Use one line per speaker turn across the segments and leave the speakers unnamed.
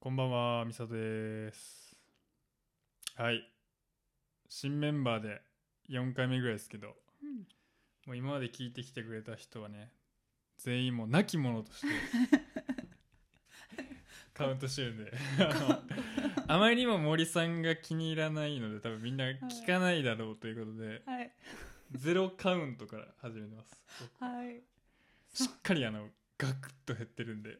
こんばんは、みさとです。はい。新メンバーで4回目ぐらいですけど、
うん
もう今まで聞いてきてくれた人はね、全員もう亡き者としてカウントしてるんで、あのあまりにも森さんが気に入らないので、多分みんな聞かないだろうということで、
はい
ゼロカウントから始めてます。
はい。
しっかりあの、ガクッと減ってるんで。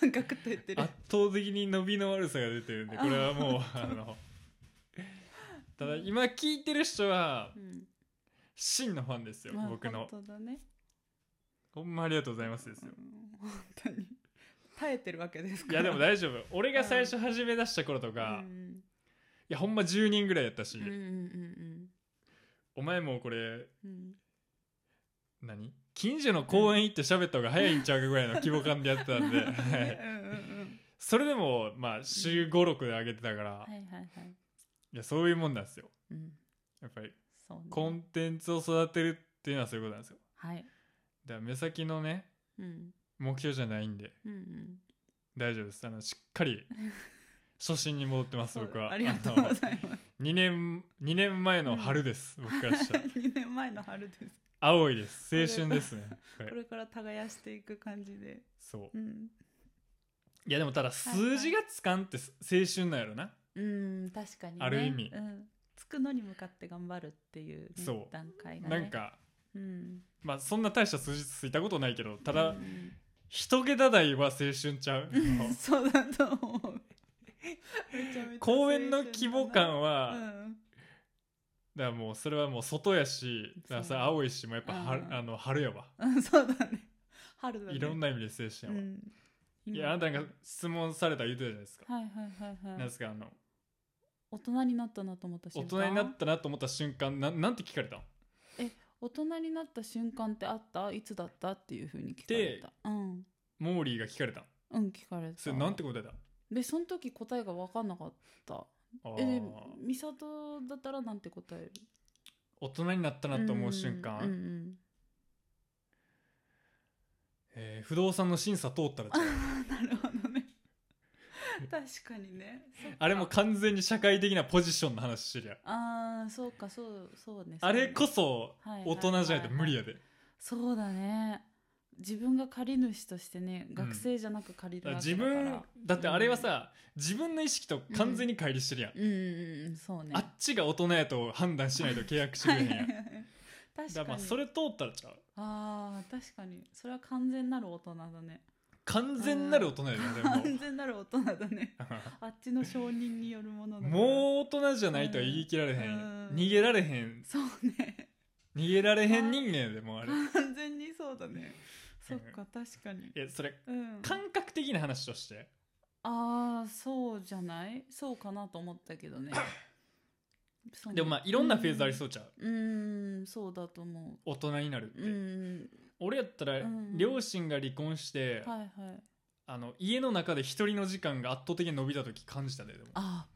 ガクッと言ってる。
圧倒的に伸びの悪さが出てるんでこれはもうあのただ今聞いてる人は
うん。
真のファンですよ、
まあ
僕の
本当だね。
ほんまありがとうございますですよ、
うん本当に耐えてるわけです
い
から。
やでも
丈
大丈夫俺が最初始め出した頃とか、
う
い
ん
やほんま10人ぐらいやったし、
うんうんうん
お前もうこれ
うんうん。
何近所の公園行って喋った方が早いんちゃうかぐらいの規模感でやってたんで、
なるほ
は
どね
い、
うんうんうん。
それでもまあ週56で上げてたから、、
はいいはいはい。
やそういうもんなんですよ
うん。
やっぱり
そうね。
コンテンツを育てるっていうのはそういうことなんですよ
はい。
だから目先のね
うん
目標じゃないんで
うんうん。
大丈夫ですあのしっか り初心に戻ってます僕は
ありがとうございます。
2年2年前の春です、僕 からしたら
二年前の春です。
青いです青春ですねこ
こ
れ
れから耕していく感じで。
そう
うん。
いやでもただ数字がつかんってす青春なんやろな
うん確かにね。
ある意味
うん。つくのに向かって頑張るっていうね
そう
段階がね。
なん。か
うん。
まあそんな大した数字ついたことないけどた
う
だ
ん
一桁台は青春ちゃうあの
そうだと思う。めちゃめちゃ
公園の規模感
青
は、
春
だか
だな。
らもうそれはもう外やしだからそれ青いしもうやっぱ春
うん
あの春やわ
うんうん、そうだね。春だね。
いろん
な。
な意味で青春やわ、
うん、
いやあなたが質問されたら言うてたじゃないですか、
はいはいはい
な
は
ん
い
ですかあの
大人になったなと思った
大
瞬間
人になったなと思った瞬間なんなんて聞かれたの
大人になった瞬間ってあったいつだったっていうふうに聞かれたうん
モーリーが聞かれたの
うん聞かれた
それなんて答えた
でその時答えが分かんなかった
あ
えで
ー
美里だったらなんて答える
大人になった なと思う瞬間、
うんうん
えー不動産の審査通ったら違う
うん、なるほどね確かにねそっか
あれも完全に社会的なポジションの話してるやん
ああそうかそうそうね
あれこそ
そうね
大人じゃないと無理や
は
で
そうだね自分が借り主としてね学生じゃなく借り
だ
る
から
わけ
自
だから、うん、
分だってあれはさ自分の意識と完全に乖離してるやん、
うんうんうんそうね
あっちが大人やと判断しないと契約してく れへんや
はい
ん
は
だ
いはい
か
確からに
まあそれ通ったらちゃう
あー確かにそれは完全なる大人だね
完全なる大人やで、でも
完全なる大人だねあっちの承認によるものだから
もう大人じゃないとは言い切られへん、
うん
逃げられへん
そうね
逃げられへん人間やでもうあれ
完全にそうだねそっか確かに
いやそれ
うん
感覚的な話として
ああそうじゃないそうかなと思ったけ どねそうね
でもまあいろんなフェーズありそうちゃう
うーんそうだと思
大人になるって、
ううん
俺やったら
うん
両親が離婚して、
はいはい
あの家の中で一人の時間が圧倒的に伸びた時感じたででも、
あ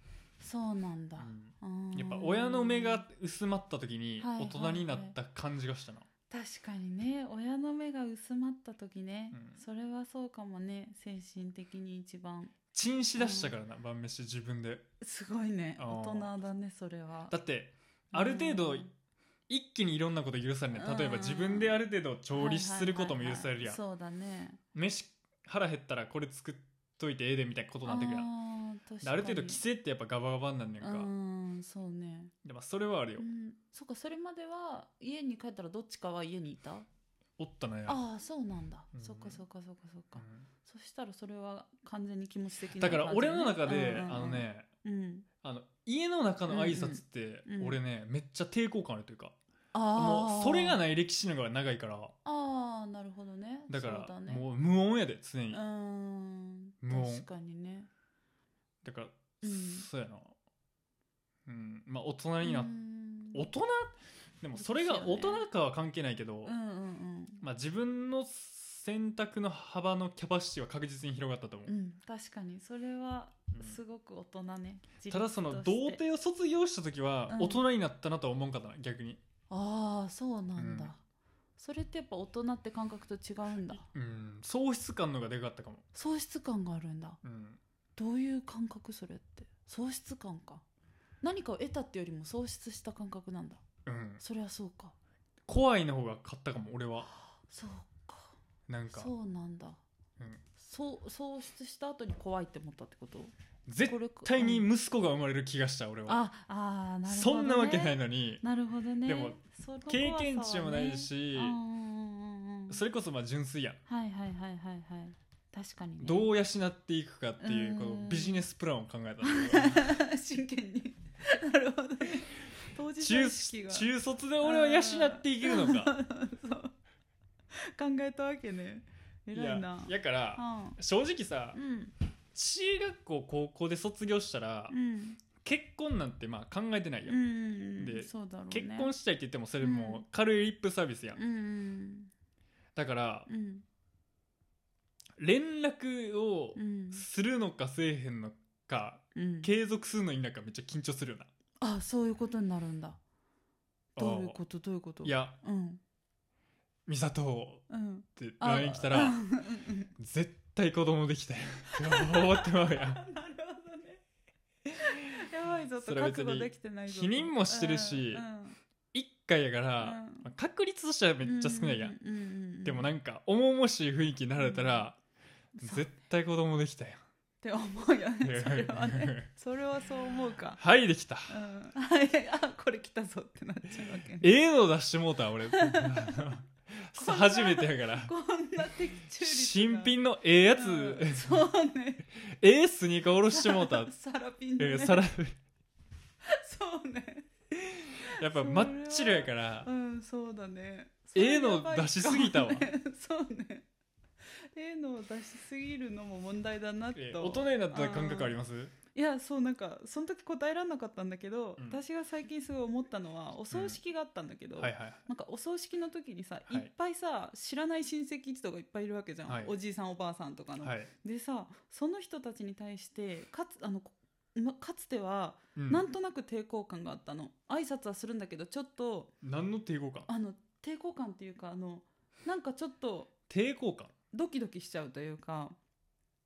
そうなんだ、
うん
うん
やっぱ親の目が薄まった時に
はいはいは
大
い
人になった感じがしたな、
確かにね親の目が薄まった時ね、
うん
それはそうかもね精神的に一番
チンしだしたからな、晩飯自分です
ごいね
あー
大人だねそれは
だってある程度
うん
一気にいろんなこと許されない例えば
うん
自分である程度調理することも許されるやん
はいはいはいはいそうだね
飯腹減ったらこれ作っといてええでみたいなことになってくるやん
あー確
で
か
あ
に
る程度規制ってやっぱガバガバになんねんか、
うんそうね
でまあそれはあるよ、
うん、そっかそれまでは家に帰ったらどっちかは家にいた
おったなや、
ああそうなんだ、
うん
そっかそっかそっかそっ
う
か、
ん
そしたらそれは完全に気持ち的に
だから俺の中で、
うんうんうん
あのね
うん
あの家の中の挨拶って
うんうん
俺ね、めっちゃ抵抗感あるというか
あ
も
あ
うそれがない歴史の方が長いから
ああなるほどね
だから
そうだね
もう無音やで常
う
に、
ん
無音
確かにね
だから、
うん
そうやなうんまあ大人になっ
うん
大人でもそれが大人かは関係ないけど、
うんうん
まあ、自分の選択の幅のキャパシティは確実に広がったと思う
うんう、ん確かにそれは
うん
すごく大人ね、自立
ただその
とし
童
て
貞を卒業した時は
うん
大人になったなとは思わんかったな逆に
ああそうなんだ、
うん
それってやっぱ大人って感覚と違うんだ
うん喪失感のがでかかったかも
喪失感があるんだ
うん
どういう感覚それって喪失感か何かを得たってよりも喪失した感覚なんだ
うん
それはそうか
怖いの方が勝ったかも俺は
そうか
なんか
そうなんだ、
うん
そう喪失した後に怖いって思ったってこと
絶対に
これ
息子が生まれる気がした俺
うん
は、
ああーなるほど、ね、
そんなわけないのに
なるほどね
でも
その怖さは
経
ね
験値もないし、
うんうんうんうん
それこそまあ純粋やん
はいはいはいはいはい確かにね
ど
う
う養っていくかっていう
うん
このビジネスプランを考えた んだけど
真剣に なるほどね当事者
中
意識が
中卒で俺は養っていけるのか
そう考えたわけね
い
偉
や
いな
やから正直さ
うん
中学校高校で卒業したら
うん
結婚なんてまあ考えてないや、
うんん
で
そうだろうね
結婚したいって言ってもそれ
う
も
ん
軽いリップサービスやん、
うんうん
だから
うん
連絡を
うん
するのかせえへんのか
うん
継続するのになんかめっちゃ緊張するよな
あそういうことになるんだどういうことどういうこと
いや
うん
美里
うん
って
あ
LINE 来た
う
ら
ん うん
絶対子供できたよって思ってまうやん
うんなるほどねやばいぞ
そ
と
れは
覚
別に
悟できてないぞと
否認もしてるし1回やから、まあ確率としてはめっちゃ少ないやん、
ん
でも
な
なんか重々しい雰囲気になられたら、絶対子供できたよ
って思うよ
いや
ねそれ はねそれはそう思うか
はいできた
うん はいあこれ来たぞってなっちゃうわけね
ええの出してもうた 俺さ初めてやから
こんな的中率が
新品のええやつ、
うんそうね
ええスニーカー下ろしてもうた、
サラピ
え
ンね
ーさら
そうね
やっぱ真っ白やから
うんそうだね
ええの出しすぎたわ
それやばいかもねそうねええのを出しすぎるのも問題だなと、
えー大人になった感覚あります
いやそうなんかその時答えられなかったんだけど、
うん
私が最近すごい思ったのはお葬式があったんだけど、
はいはい
なんかお葬式の時にさ、
はい
い、っぱいさ知らない親戚とかいっぱいいるわけじゃん、
はい
おじいさんおばあさんとかの。
はい、
でさその人たちに対してかつあのこまかつては
うん、
なんとなく抵抗感があったの、挨拶はするんだけどちょっと
何の抵抗感
あの抵抗感っていうかあのなんかちょっと
抵抗感
ドキドキしちゃうというか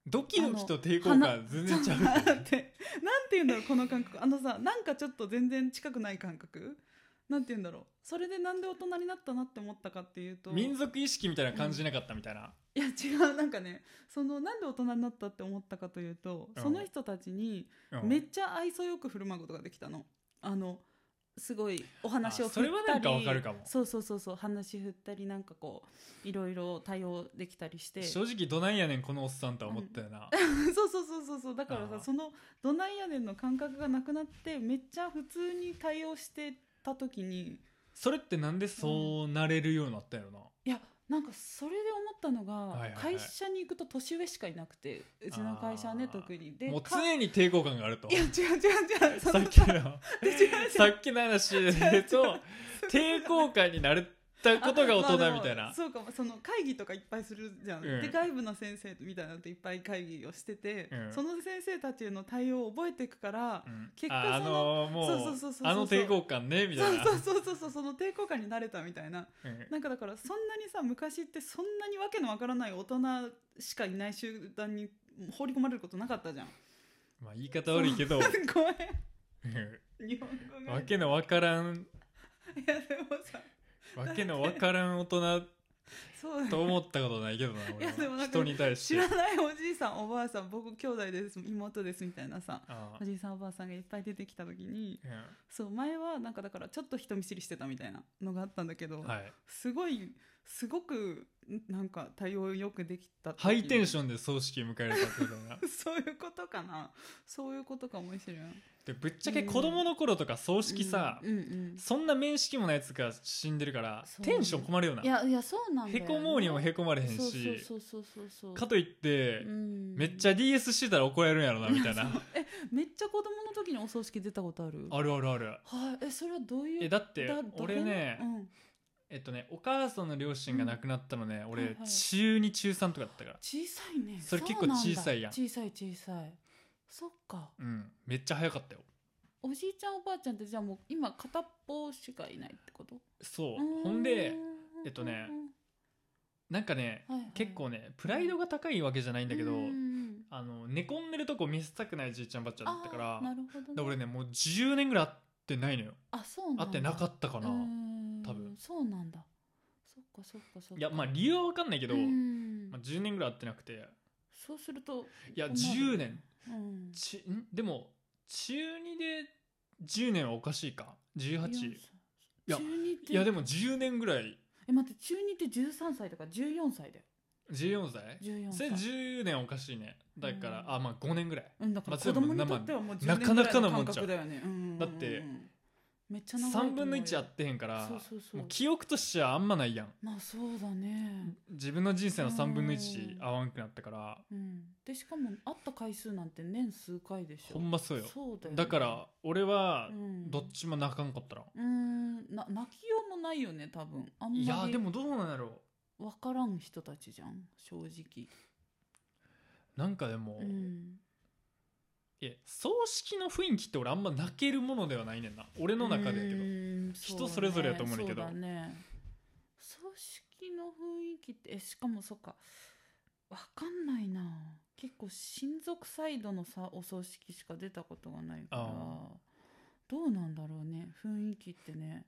ドキドキと抵抗
あ
感
の
全然ちゃう
なんてなんて言うんだろうこの感覚あのさなんかちょっと全然近くない感覚なんて言うんだろうそれでなんで大人になったなって思ったかっていうと
民族意識みたいな感じなかったみたいな、
いや違うなんかねそのなんで大人になったって思ったかというと、
うん
その人たちに
うん
めっちゃ愛想よく振る舞うことができたの。あのすごいお話を
あ
振
そ
った
れ
り
はなんかわかるかも
そうそうそうそう話振ったりなんかこういろいろ対応できたりして
正直どないやねんこのおっさんとは思ったよな、
そうそうそうそうそうだから
あー
さそのどないやねんの感覚がなくなってめっちゃ普通に対応してた時に
それってなんでそうなれるようになったよな、
いやなんかそれで思ったのが、
はいはいはい
会社に行くと年上しかいなくてうちの会社はね
あー
特にで
もう
か
常に抵抗感があると
いや違う違う 違うそ
さ
の
っきの
で違う違う
さっきの話で言うと抵抗感になれたことが大人みたい
まあで
な
も、そうかもその会議とかいっぱいするじゃん、
うん
で外部の先生みたいなのといっぱい会議をしてて、
うん
その先生たちへの対応を覚えていくから、
うん
結果
ああ
その
のーも
そうそうそうそうそう
あの抵抗感ねみたいな
そうそうそうそうそうその抵抗感に慣れたみたいな
うん
なんかだからそんなにさ昔ってそんなにわけのわからない大人しかいない集団に放り込まれることなかったじゃん。
まあ、言い方悪いけど
ごめ
うん
ん日本語が。
わけのわからん
いやでもさ
わけのわからん大人
そうだ
と
よ
思ったことないけどな俺
いやでも
は
なんか
人に対し
知
て
らないおじいさんおばあさん僕兄弟です妹ですみたいなさ
ああ
おじいさんおばあさんがいっぱい出てきた時にそう前はなんかだからちょっと人見知りしてたみたいなのがあったんだけど、
うんはい
すごいすごくなんか対応よくできた
ハイテン
ョン
ションで葬式迎えられたみたいな
そういうことかなそういうことかもしれん
でぶっちゃけ子供の頃とか葬式さ、
うんうん
そんな面識もないやつが死んでるから
そう
テンション困るよ
う、
なん
いやいやそうなんだ
へ
よ、ね、
こもうにもへこまれへんし
そうそうそうそうそう
かといって、
うん
めっちゃ DS してたら怒られるんやろなみたい な
めっちゃ子供の時にお葬式出たことある
あるあるある
はいえそれはどういう
えだって
だ誰
俺ね、
うん、
えっとねお母さんの両親が亡くなったのね、俺、
はいはい
中2中3とかだったから
小さいね
それ結構
うなんだ
小さいやん
小さい小さいそっか
うんめっちゃ早かったよ
おじいちゃんおばあちゃんってじゃあもう今片っぽしかいないってこと
そう
うー
ほんでえっとね
うん
なんかね
はいはい
結構ねプライドが高いわけじゃないんだけど、
うん
あの寝込んでるとこ見せたくないじいちゃんばっちゃんだったから
あーなるほど、ね、
で俺ねもう10年ぐらい会ってないのよ
あそうなんだ
会ってなかったか
た
な、多
多
分
そうなんだそっかそっかそっか
いやまあ理由は分かんないけど、
うん
まあ、10年ぐらい会ってなくて
そうすると、
いや
困る
10年
うん、
ちんでも中2で10年はおかしいか18いや
中二って
やでも10年ぐらい
え待って中二って13歳とか14歳だよ
14歳
14
それ
歳
10年おかしいねだから、あまあ5年ぐらい
うんだか
ま
ら
あそれ
子
も
供にと
生
ってはもう
なか
10年ぐ
な
ら
か
い
の
の
もん
感
ちゃう
覚だよねうんうんうんうん
だって
めっちゃ長いと
3
思うよ
分の1あってへんから
そうそうそう
もう記憶としてはあんまないやん
まあそうだね
自分の人生の3分の
う
1
ん
合わんくなったから
うんでしかも会った回数なんて年数回でしょ
ほんまそうよ
そうだよね
だから俺は
うん
どっちも泣かんかったら、
うーんな泣きようもないよね多分あん
い
ま
や
り
でもどうなんやろ
分からん人たちじゃん正直
うなんかでも、
うん
いや葬式の雰囲気って俺あんま泣けるものではないねんな俺の中でやけど
ど
人それぞれやと思うんだけど
そうだね葬式の雰囲気ってえしかもそっか分かんないな結構親族サイドのさお葬式しか出たことがないから
あ
どうなんだろうね雰囲気ってね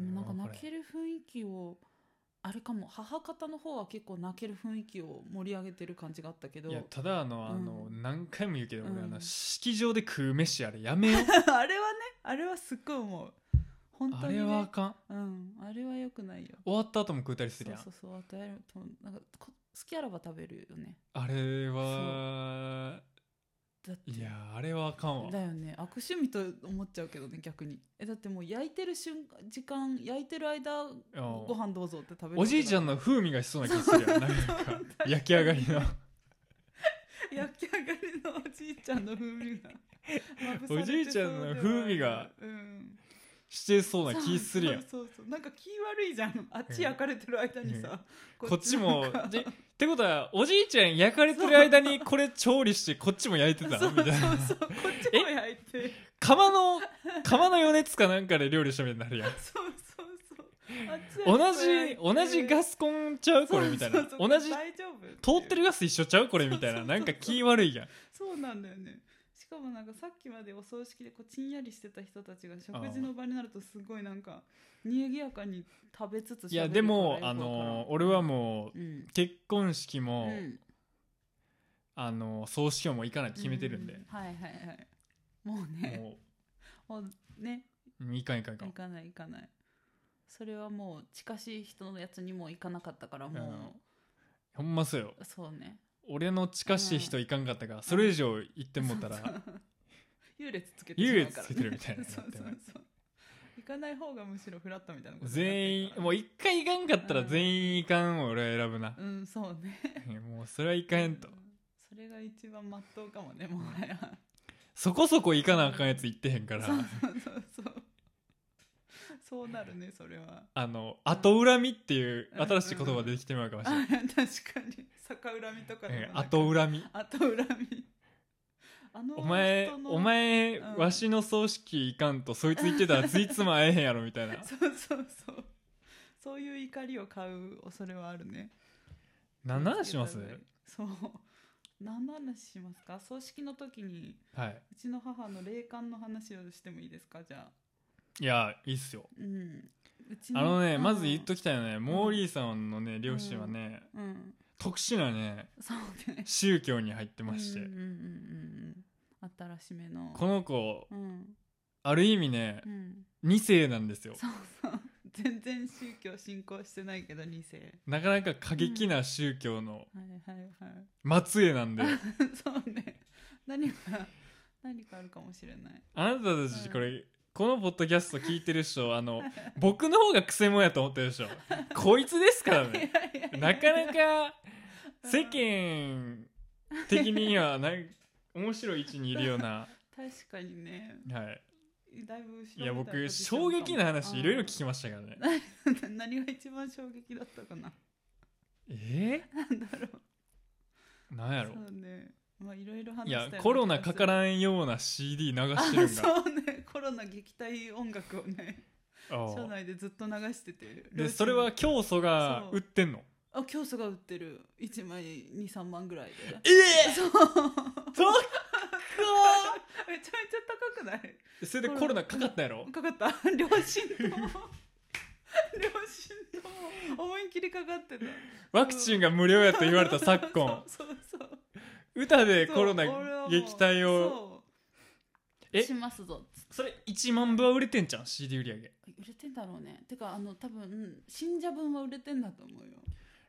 う
なんか
わ
泣
れ
ける雰囲気をあれかも母方の方は結構泣ける雰囲気を盛り上げてる感じがあったけど
いやただあのあの、
うん
何回も言うけど俺、あ
う
の
ん
式場で食う飯あれやめよう
あれはねあれはすっごい思う本当
あ
に、ね、
れはあかん
うんあれは良くないよ
終わった後も食うたりす
そ
る
う
やん
そうそう与えるとなんかこ好きあらば食べるよね
あれは
だって
いやあれはあかんわ
だよね悪趣味と思っちゃうけどね逆にえだってもう焼いてる瞬間時間焼いてる間
うん
ご飯どうぞって食べる
おじいちゃ
ん
んの風味がしそうな気がするやんなんか焼き上がりの
焼き上がりのおじいちゃんの風味 がまぶされてそうでは
お
ある
じいちゃんの風味が
うん
してそうな気するやん
そうそうそうなんか気悪いじゃんあっち焼かれてる間にさ、
こっちも
なんか
でってことはおじいちゃん焼かれてる間にこれ調理してこっちも焼いて
そう
た
そ
のみ
う
たいな
そうこっちも焼いて
釜の釜の余熱かなんかで料理したみたいになるやん
そうそうそうあっちは
同
焼い
じ
て
同じガスコンちゃうこれみたいな
そうそうそう
同じ
大丈夫
通ってるガス一緒ちゃうこれみたい
そ
な
うそうそう
な
そ
んか
う
気悪いやん
そうなんだよねしかもなんかさっきまでお葬式でこうちんやりしてた人たちが食事の場になるとすごいなんかにぎやかに食べつつ
いやでも
喋るから
あ
よくわからん
の俺はもう
うん
結婚式も
うん
あの葬式も行かないって決めてるんで
うはいはいはいもうね
も
もうね
ういかんいかんいか
行
ん
かない行かないそれはもう近しい人のやつにも行かなかったからも
ほんまそうよ
うそうね
俺の近しい人いかんかったからそれ以上行ってもうた ら
そうそう優劣つけてしまうか
優劣つ
ら、ね、
けてるみた いな
そうそうそう行かない方がむしろフラットみたいなことになって
全員
るから
もう一回行かんかったら
うん
全員行かんを俺は選ぶな
うんそう ね
もうそれは行かへんと
うそれが一番まっとうかもねもはや
そこそこ行かなあかんやつ行ってへんから
そうそうそうそうなるねそれは
あの後恨みっていう
うん
新しい言葉できてるかもし
あ
れない、
確かに逆恨みとかでも
えー
なく
後恨み
後恨みあの
お前
人の
お前、
うん
わしの葬式行かんとそいつ行ってたらついつも会えへんやろみたいな
そうそうそうそういう怒りを買う恐れはあるね
何の話します
そう何の話しますか葬式の時に
はいう
ちの母の霊感の話をしてもいいですかじゃあ
いやいいっすよ
うんうち
あのね
うん
まず言っときたいのはね、モーリーさんのね両親はね、
うん
特殊なね
そうね
宗教に入ってまして、
うんうんうんうんうん新しめの
この子
うん
ある意味ね
う、ん
二世なんですよ
そうそう全然宗教信仰してないけど2世
なかなか過激な宗教の
はいはいはい
末裔なんで、
そうね何か何かあるかもしれない
あなたたちこれ、
う
このポッドキャスト聞いてる人あの僕の方がクセもんやと思ってるでしょこいつですからねなかなか世間的にはなん面白い位置にいるような、
確かにね
は
だいぶ後ろみた
い、い
な
や
ポ
僕
ジション
衝
かも
撃な話いろいろ聞きましたからね
うん 何が一番衝撃だったかな
え
なんだろう
ー、なんやろ
そうねまあいろいろ話
い
した
や
よ
コロナかから
ん
んような CD 流
あ
してるんだ
そうねコロナ撃退音楽をね
ああ
社内でずっと流してて両
で
親
それは教祖が
そう
売ってんの
あ教祖が売ってる1枚23万ぐらいで
ええ
そう めちゃ
そっか
めちゃ高くない
ーそれでコロナかかったやろ
かか った両親と両親と思いっきりかかってた
ワクチンが無料やと言われた昨今
そうそうそう
歌で
そう
コロナ
俺はもう
撃退を
そう
え
しますぞつ
それ1万部は売れてんじゃん CD 売り上げ
売れてんだろうねてかあの多分信者分は売れてんだと思うよ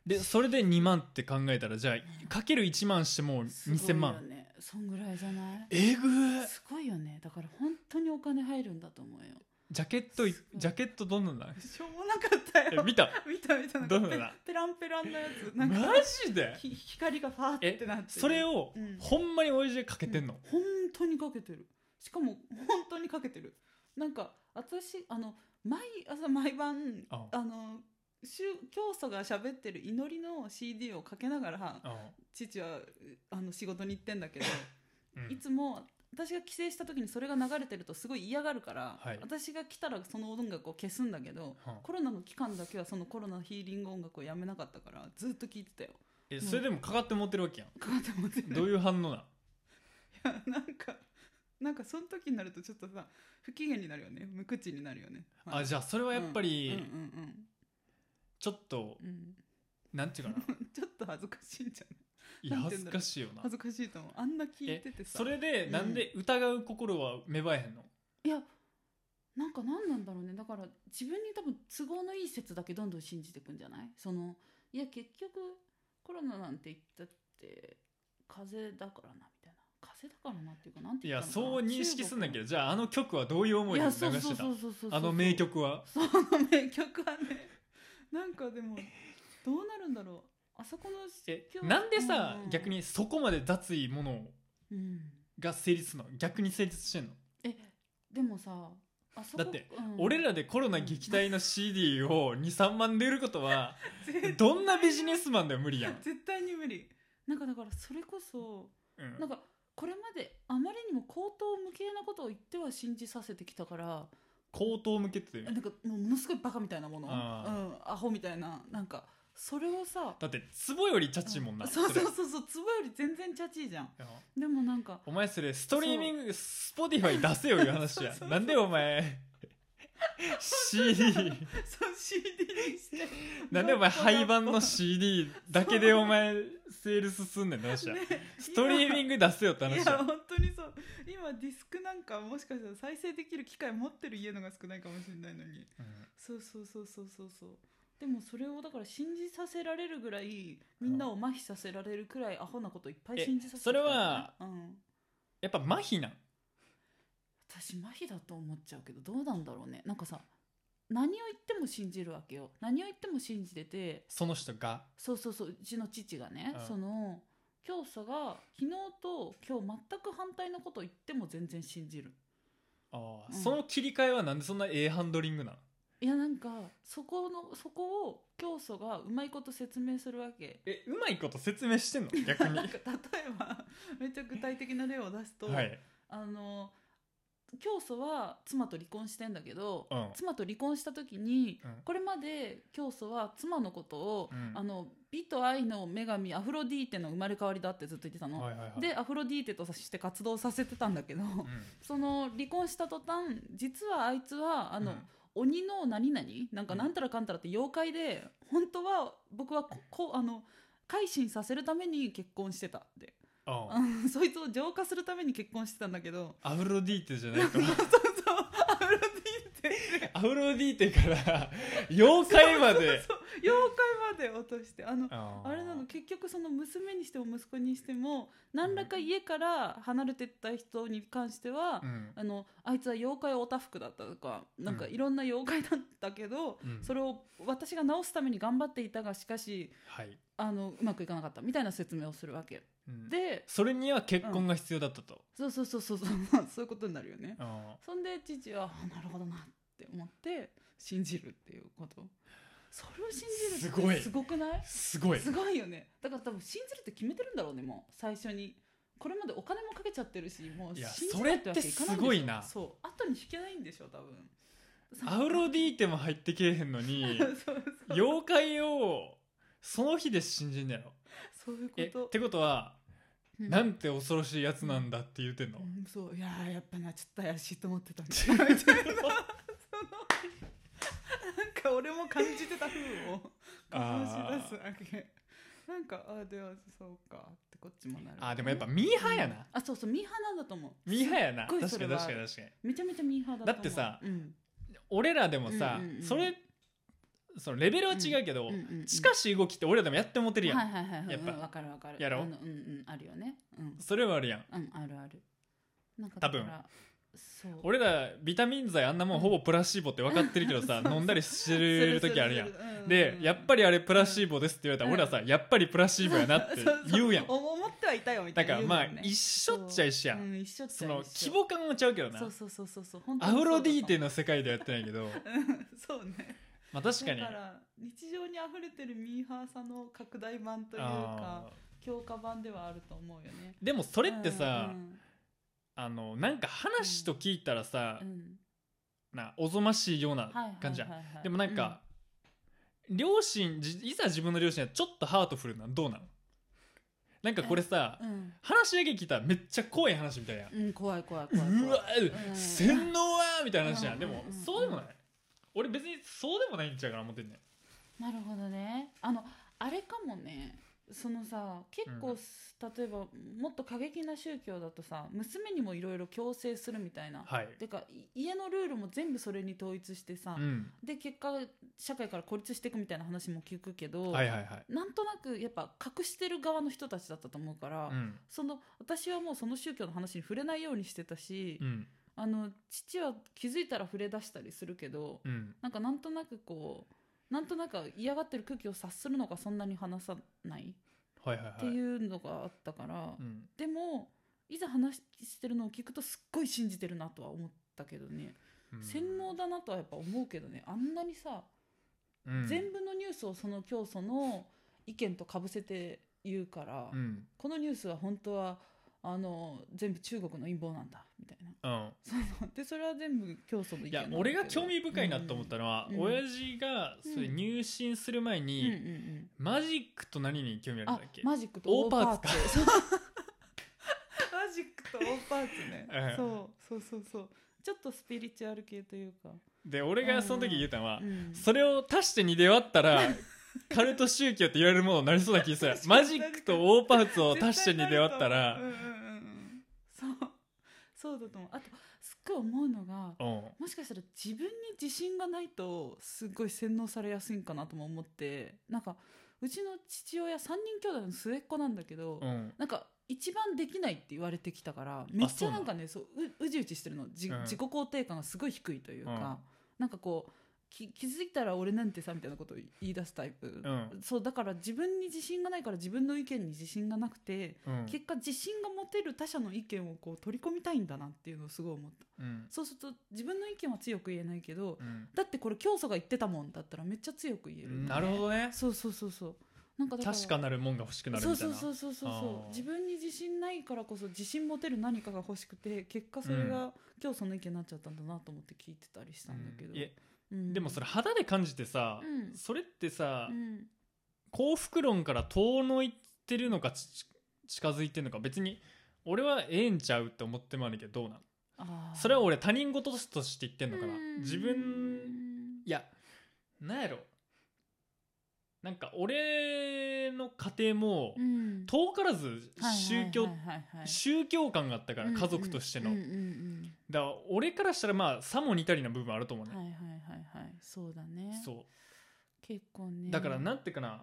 でそれで2万って考えたらじゃあかける1万してもう
すごい
2000
よ
万
ねそんぐらいじゃない
えぐー
すごいよねだから本当にお金入るんだと思うよ
ジャケットいジャケットどんなんだ
しょうもなかった
え
よ
見た
見た見たなん
ど
か
うな
ペ
んだ
ペランペランのやつ な
マ
んか
ジで
ひ光がファーってなってる
それを
うん
ほんまにおやじでかけてんの、
本当にかけてるしかも本当にかけてるなんか私あの毎朝毎晩
あ
あの宗教祖が喋ってる祈りの CD をかけながら
あ
父はあの仕事に行ってんだけど、
うん
いつも私が帰省した時にそれが流れてるとすごい嫌がるから、
はい
私が来たらその音楽を消すんだけど
はあ
コロナの期間だけはそのコロナのヒーリング音楽をやめなかったからずっと聴いてたよ。
えそれでもかかって持ってるわけやん
かかっても全然
どういう反応なん
いや なんかなんかその時になるとちょっとさ不機嫌になるよね無口になるよね、
あじ
ゃ
ゃあそれはやっぱ
うんう
り
ん
ちょっと
うんうん
なんていうかな
ちょっと恥ずかしいんじゃない
いや
なんて
恥
言うん
ず
だろ
か
う
しいよな
恥ずかしいと思うあんな聞いててさ
それで
うん
なんで疑う心は芽生えへんの、
いやなんか何なんだろうねだから自分に多分都合のいい説だけどんどん信じていくんじゃないそのいや結局コロナなんて言ったって風邪だからなみたいな風邪だからなっていうかなんて
い
言っ
や
たのかな
そう認識すんだけ
ど
どじゃああの曲はどういう思いで
い
流
や
して
そ
た
うそうそうそうそうそう
あの名曲は
その名曲はね なんかでもどうなるんだろうあそこの
え
今日
なんでさ、
うん
逆にそこまで雑いもの
うん
が成立するの逆に成立してんの、
えでもさあそこ
だって、
うん
俺らでコロナ撃退の CD を23万 で売ることはどんなビジネスマンでも無理やん、
絶対に無理なんかだからそれこそ
うん
なんかこれまであまりにも口頭無形なことを言っては信じさせてきたから
口頭向けって
なんかもうものすごいバカみたいなもの、うん、
あ
アホみたいななんかそれをさ
だって壺よりチャチいもんな、
そうそう
れ
そうそう壺より全然チャチいじゃん
うん
でもなんか
お前それストリーミングスポティファイ出せよいう話や
そうそうそうそう
なんでお前 CD
そう CD にして
なんでお前廃盤の CD だけでお前セールスすんねんって話や
ね
ストリーミング出せよって
い
話
や
や
本当にそう今ディスクなんかもしかしたら再生できる機会持ってる家のが少ないかもしれないのに
うん
そうそうそうそうそうそうでもそれをだから信じさせられるぐらいみんなを麻痺させられるくらいアホなこといっぱい信じさせてきたよね
えそれは
うん、
やっぱ麻痺なん
私麻痺だと思っちゃうけどどうなんだろうねなんかさ何を言っても信じるわけよ何を言っても信じてて
その人が
そうそうそううちの父がね、
うん
その教祖が昨日と今日全く反対のことを言っても全然信じる
ああ
うん
その切り替えはなんでそんなええハンドリングなん
いやなんかそこのそこを教祖がうまいこと説明するわけ
えうまいこと説明してんの逆に
なんか例えばめっちゃ具体的な例を出すと、
はい、
あの教祖は妻と離婚してんだけど、
うん
妻と離婚した時に
うん
これまで教祖は妻のことを、
うん
あの美と愛の女神アフロディーテの生まれ変わりだってずっと言ってたの、
はいはいはい
でアフロディーテとして活動させてたんだけど、
うん
その離婚した途端実はあいつはあの、
うん
鬼の何々なんかなんたらかんたらって妖怪で本当は僕はここあの改心させるために結婚してたって、
ああ
うんそいつを浄化するために結婚してたんだけど
アフロディーテじゃないと
そうそうアフロディーテ
アフロディーテから妖怪まで
そう妖怪まで落としてあの
ああ
あれなの結局その娘にしても息子にしても何らか家から離れてった人に関しては、
うん
あのあいつは妖怪オタフクだったとかなんか
うん
いろんな妖怪だったけど、
うん
それを私が直すために頑張っていたがしかし
はい、
あのうまくいかなかったみたいな説明をするわけ
うん
で
それには結婚が必要だったと、
そうそうそう そうそうまあそういうことになるよね
あ
そんで父はあなるほどなって思って信じるっていうことそれを信じ
す
る
ご
っ
い
てすごくない
あすごい
すごいよねだから多分信じるって決めてるんだろうねもう最初にこれまでお金もかけちゃってるしもう
い
信
や
じないってわけいかないんでし
そ
ょ
れってすごいな
そう後に引けないんでしょ多分
アフロディーテも入ってけえへんのに
そうそう
妖怪をその日で信じんだよ
そういう
え
こ
っ
と
てことは、
うん
なんて恐ろしいやつなんだって言うてんの、
うん、そういやーやっぱなちょっと怪しいと思ってたんだよみたいな そのなんか俺も感じてた風を醸し出すわけなんかあーではそうかってこっちもなる
あーでもやっぱミーハーやな、
あそうそうミーハーなんだと思う
ミーハーやな
す
確か
っごい
に
それ
確
は
かに確かに
めちゃめちゃミーハーだと思う
だってさ
うん
俺らでもさ、
うんうんうん
それそのレベルは違うけど、
うんうんうん
近しい動きって俺らでもやってもてるやん、
はいはいはいはい
やっぱ
うんわかるわかる
やろ
あのうんうんあるよねうん
それはあるやん
うんあるあるなんか
多分
だからそう
俺らビタミン剤あんなもんほぼプラシーボって分かってるけ どさ飲んだりしてる時あるやん
ん
でやっぱりあれプラシーボですって言われたら
うん
俺らさやっぱりプラシーボやなって言うやん
そそお思ってはいたよみた
だか
いな
ら
言う
ま
も
あ
んね
一緒っちゃ一緒や
うんん一緒っち
そ
ゃ一緒
の規模感はちゃうけどな
そうそうそうそうそう本当
ア
にそう
フ
だと思
ロ
う
ディーテの世界ではやってないけど
うん そうね
まあ確かに
だから日常に溢れてるミーハーさの拡大版という
あ
か強化版ではあると思うよね
ーでもそ
そ
れってさあのなんか話と聞いたらさなおぞましいような感じやんでもなんか、両親じいざ自分の両親はちょっとハートフルなのどうなのなんかこれさ、
うんうん
話だけ聞いたらめっちゃ怖い話みたいやん、
うん怖い怖いう怖い怖い
わ、
うん
洗脳はみたいな話やん、
うん
でも、
うん
そうでもない俺別にそうでもないんちゃうから思ってんねん
なるほどねあのあれかもねそのさ結
う
構、例えばもっと過激な宗教だとさ娘にもいろいろ強制するみたいな、
はい、
てかい家のルールも全部それに統一してさ、
うん、
で結果社会から孤立していくみたいな話も聞くけど、
はいはいはい、
なんとなくやっぱ隠してる側の人たちだったと思うから、
うん
その私はもうその宗教の話に触れないようにしてたし、
うん
あの父は気づいたら触れ出したりするけど、
うん
なんかなんとなくこうなんとなく嫌がってる空気を察するのがそんなに話さない
はいはいはい
っていうのがあったから、
うん、
でもいざ話してるのを聞くとすっごい信じてるなとは思ったけどね、
うん
洗脳、だなとはやっぱ思うけどねあんなにさ、
うん、
全部のニュースをその教祖の意見とかぶせて言うから、
うん
このニュースは本当はあの全部中国の陰謀なんだみたいな
うん
そうでそれは全部教祖の意見
いや
なんだけど
俺が興味深いなと思ったのは、
うん
親父がそれ入信する前
うん
に、
うんうん
マジックと何に興味あるん
あ
だっけ
マジックと
オーパーツか
ツマジックとオーパーツね
うん
そうそうそうそうちょっとスピリチュアル系というか、
で俺がその時言ったのは
う、ん、
それを足して2で割った らカルト宗教って言われるものになりそうな気がする
確か
マ
に
ジックとオーパーツを足して2で割ったら
うんうんうんうんそうそうだと思うあとすっごい思うのが
うん
もしかしたら自分に自信がないとすっごい洗脳されやすいんかなとも思ってなんかうちの父親3人兄弟の末っ子なんだけど、
うん
なんか一番できないって言われてきたからめっち
そう
ゃ
な
な
の
んかねそうううじうじしてるのじ、
うん
自己肯定感がすごい低いというか、
うん
なんかこうき気づいたら俺なんてさみたいなことを言い出すタイプ、
うん
そうだから自分に自信がないから自分の意見に自信がなくて
うん
結果自信が持てる他者の意見をこう取り込みたいんだなっていうのをすごい思った
うん
そうすると自分の意見は強く言えないけど
うん
だってこれ教祖が言ってたもんだったらめっちゃ強く言えるよね、
なるほどね
そうそうそうそうなんかだから
確かなるもんが欲しくなるみたいな
そうそうそうそうそ
あー
う自分に自信ないからこそ自信持てる何かが欲しくて結果それが、今日その意見になっちゃったんだなと思って聞いてたりしたんだけ
う
ど、
んいえ
うん
でもそれ肌で感じてさ、
うん
それってさ、
うん
幸福論から遠のいてるのかち近づいてるのか別に俺はええんちゃうって思ってもあるけどどうなん
あー
それは俺他人事として言ってんのかな
うん
自分いやなんやろなんか俺の家庭も
うん
遠からず宗教、
はいはいはいはい
宗教感があったから
うんうん
家族としての、
うんうん
だから俺からしたらまあさも似たりな部分あると思う
うん
ね、
はいはいはいはいそうだね
そ
結構
う
ね
だからなんていうかな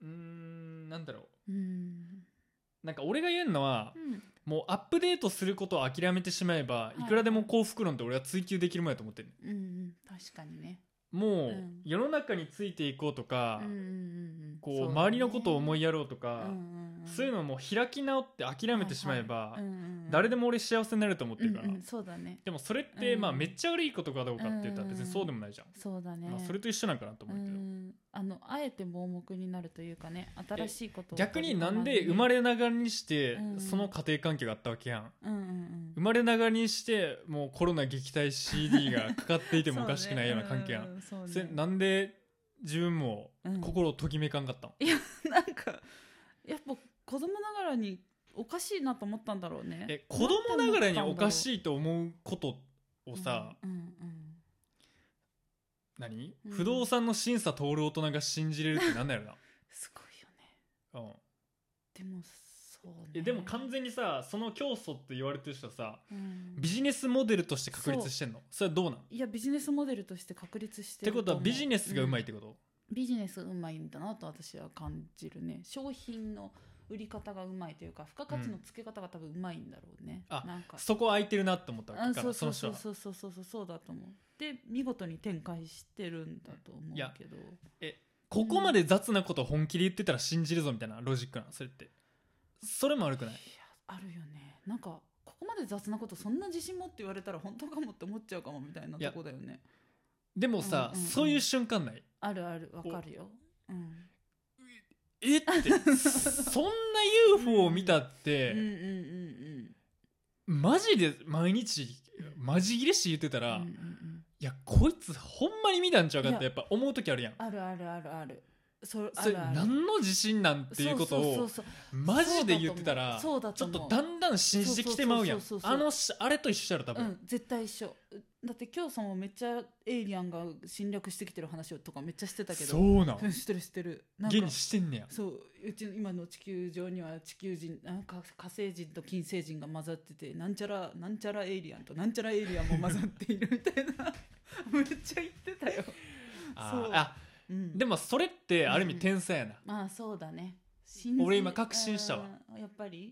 うーんなんだろ
うん
うなんか俺が言えるのは
う、ん
もうアップデートすることを諦めてしまえば
い
いくらでも幸福論って俺は追求できるもんやと思ってる、
うんうん確かにね
もう、
うん
世の中についていこうとか、
うんうんうんん
こう周りのことを思
い
いやろうとか、そういう
の
のも開き直って諦めてしまえば、誰
誰
でも俺幸せになると思ってるから、
うんうん、そうだね
でもそれって、
うん
まあめっちゃ悪いことかどうかって言ったら別にそうでもないじゃん、
そうだね、
まあ、それと一緒なんかなと思うけど、
うんあのあえて盲目になるというかね新しいことを
逆になんで生ま
れ
れながらにして、
うん
その家庭環境があったわけやん
うんうん
生まれながらにしてもうコロナ撃退 CD がかかっていて
て
もおかしくないような関係やん、
んそうね
それなんで自分も
うん
心をときめかんかったの、
なんかやっぱ子供ながらにおかしいなと思ったんだろうね
え子供ながらにおか
い
しいと思うことをさ、
うんうん
何、
うん
不動産の審査通る大人が信じれるってなんだよ
すごいよね
な、うん、
でもそうね
えでも完全にさその教祖って言われてる人はさ
うん
ビジネスモデルとして確立してんのそれはどうなんっ
いやビジネスモデルとして確立して
て
る
ことは
思
ビジネスがうまいっ
ん
てこと、
ビジネスがうまいんだなと私は感じるね商品の売り方がうまいというか付加価値の付け方が多分うまいんだろうね、
あ
なんか
そこ空いてるなって思ったわ
あ
けだか
そう
らそ
そ
の
う
人
そう
は
そうそうそうそうそうだと思うで見事に展開してるんだと思う
いや
けど
ここまで雑なことを本気で言ってたら信じるぞみたいなロジックなのそれってそれも悪くない
いやあるよねなんかここまで雑なことそんな自信持って言われたら本当かもって思っちゃうかもみたいない
や
とこだよね
でもさ、
うんうんうん
そういう瞬間ない
あるあるわかるよ、うん、
えって そんな UFO を見たっ
うんうんう
て、
んうん
マジで毎日マジギレして言ってたら、
うんうん
い
うん
やこいつほんまに見たんちゃうかっ
い
てや
や
っぱ思う時あるやん
あるあるあるあるそあ
それ
るある
何の自信なんっていうこと
そ
を
うそうそう
マジで言ってたらちょ
そうだ
っ
と思う
とだんだん信じてきてまうやん
そうそうそうそう
あのしあれと一緒やろ多
そうう
分
ん絶対一緒だって今日さんもめっちゃエイリアンが侵略してきてる話をとかめっちゃしてたけど
そうなん
うんしてるしてるなんか
現にしてんねや
そううちの今の地球上には地球人なんか火星人と金星人が混ざっててなんちゃらなんちゃらエイリアンとなんちゃらエイリアンも混ざっているみたいなめっちゃ言ってたよ、
あ
そう
ーあ
うん、
でもそれってある意味
うん
天才やな、
まあそうだね信じ
俺今確信したわ
うんやっぱり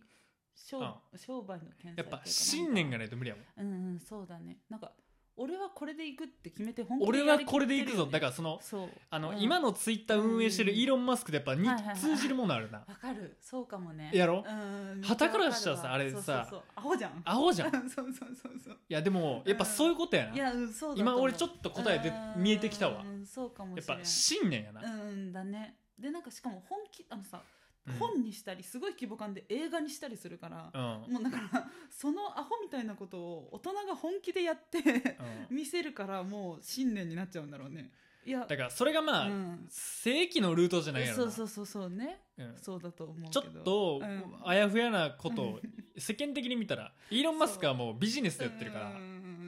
商,、
う
商売の天
や
才
っぱ信念がないと無理やもん
うんうんそうだねなんか俺はこれでいくって決めて本
俺はこれでいくぞだ
か
からその
そう
あの、
うん
今のツイッター運営してる
うん
イーロン・マスクとやっぱに
はいはいはい
通じるものあるな、
わかるそうかもね
やろ
うん
旗からしたらさあれ
そう
さ
そうそうアホじゃん
アホ じゃんい
そうそうそうそう
やでもやっぱそういうことやな、
いやうんそうだと思う
今俺ちょっと答えで
うん
見えてきたわ
うんそうかも
やっ
しれ
ぱ
ん
信念やな、
うんうんだねでなんかしかも本気あのさ
うん
本にしたりすごい規模感で映画にしたりするから
う、ん
もうだから そのアホみたいなことを大人が本気でやって
うん
見せるからもう信念になっちゃうんだろうねいや
だからそれがまあ、
うん、
正規のルートじゃないやろ
そう
な
そうそうそうね
うん
そうだと思うけ
ちょ
ど
っと
うん
あやふやなことを
う
世間的に見たらイーロン・マスクはもうビジネスでやってるから
うんうん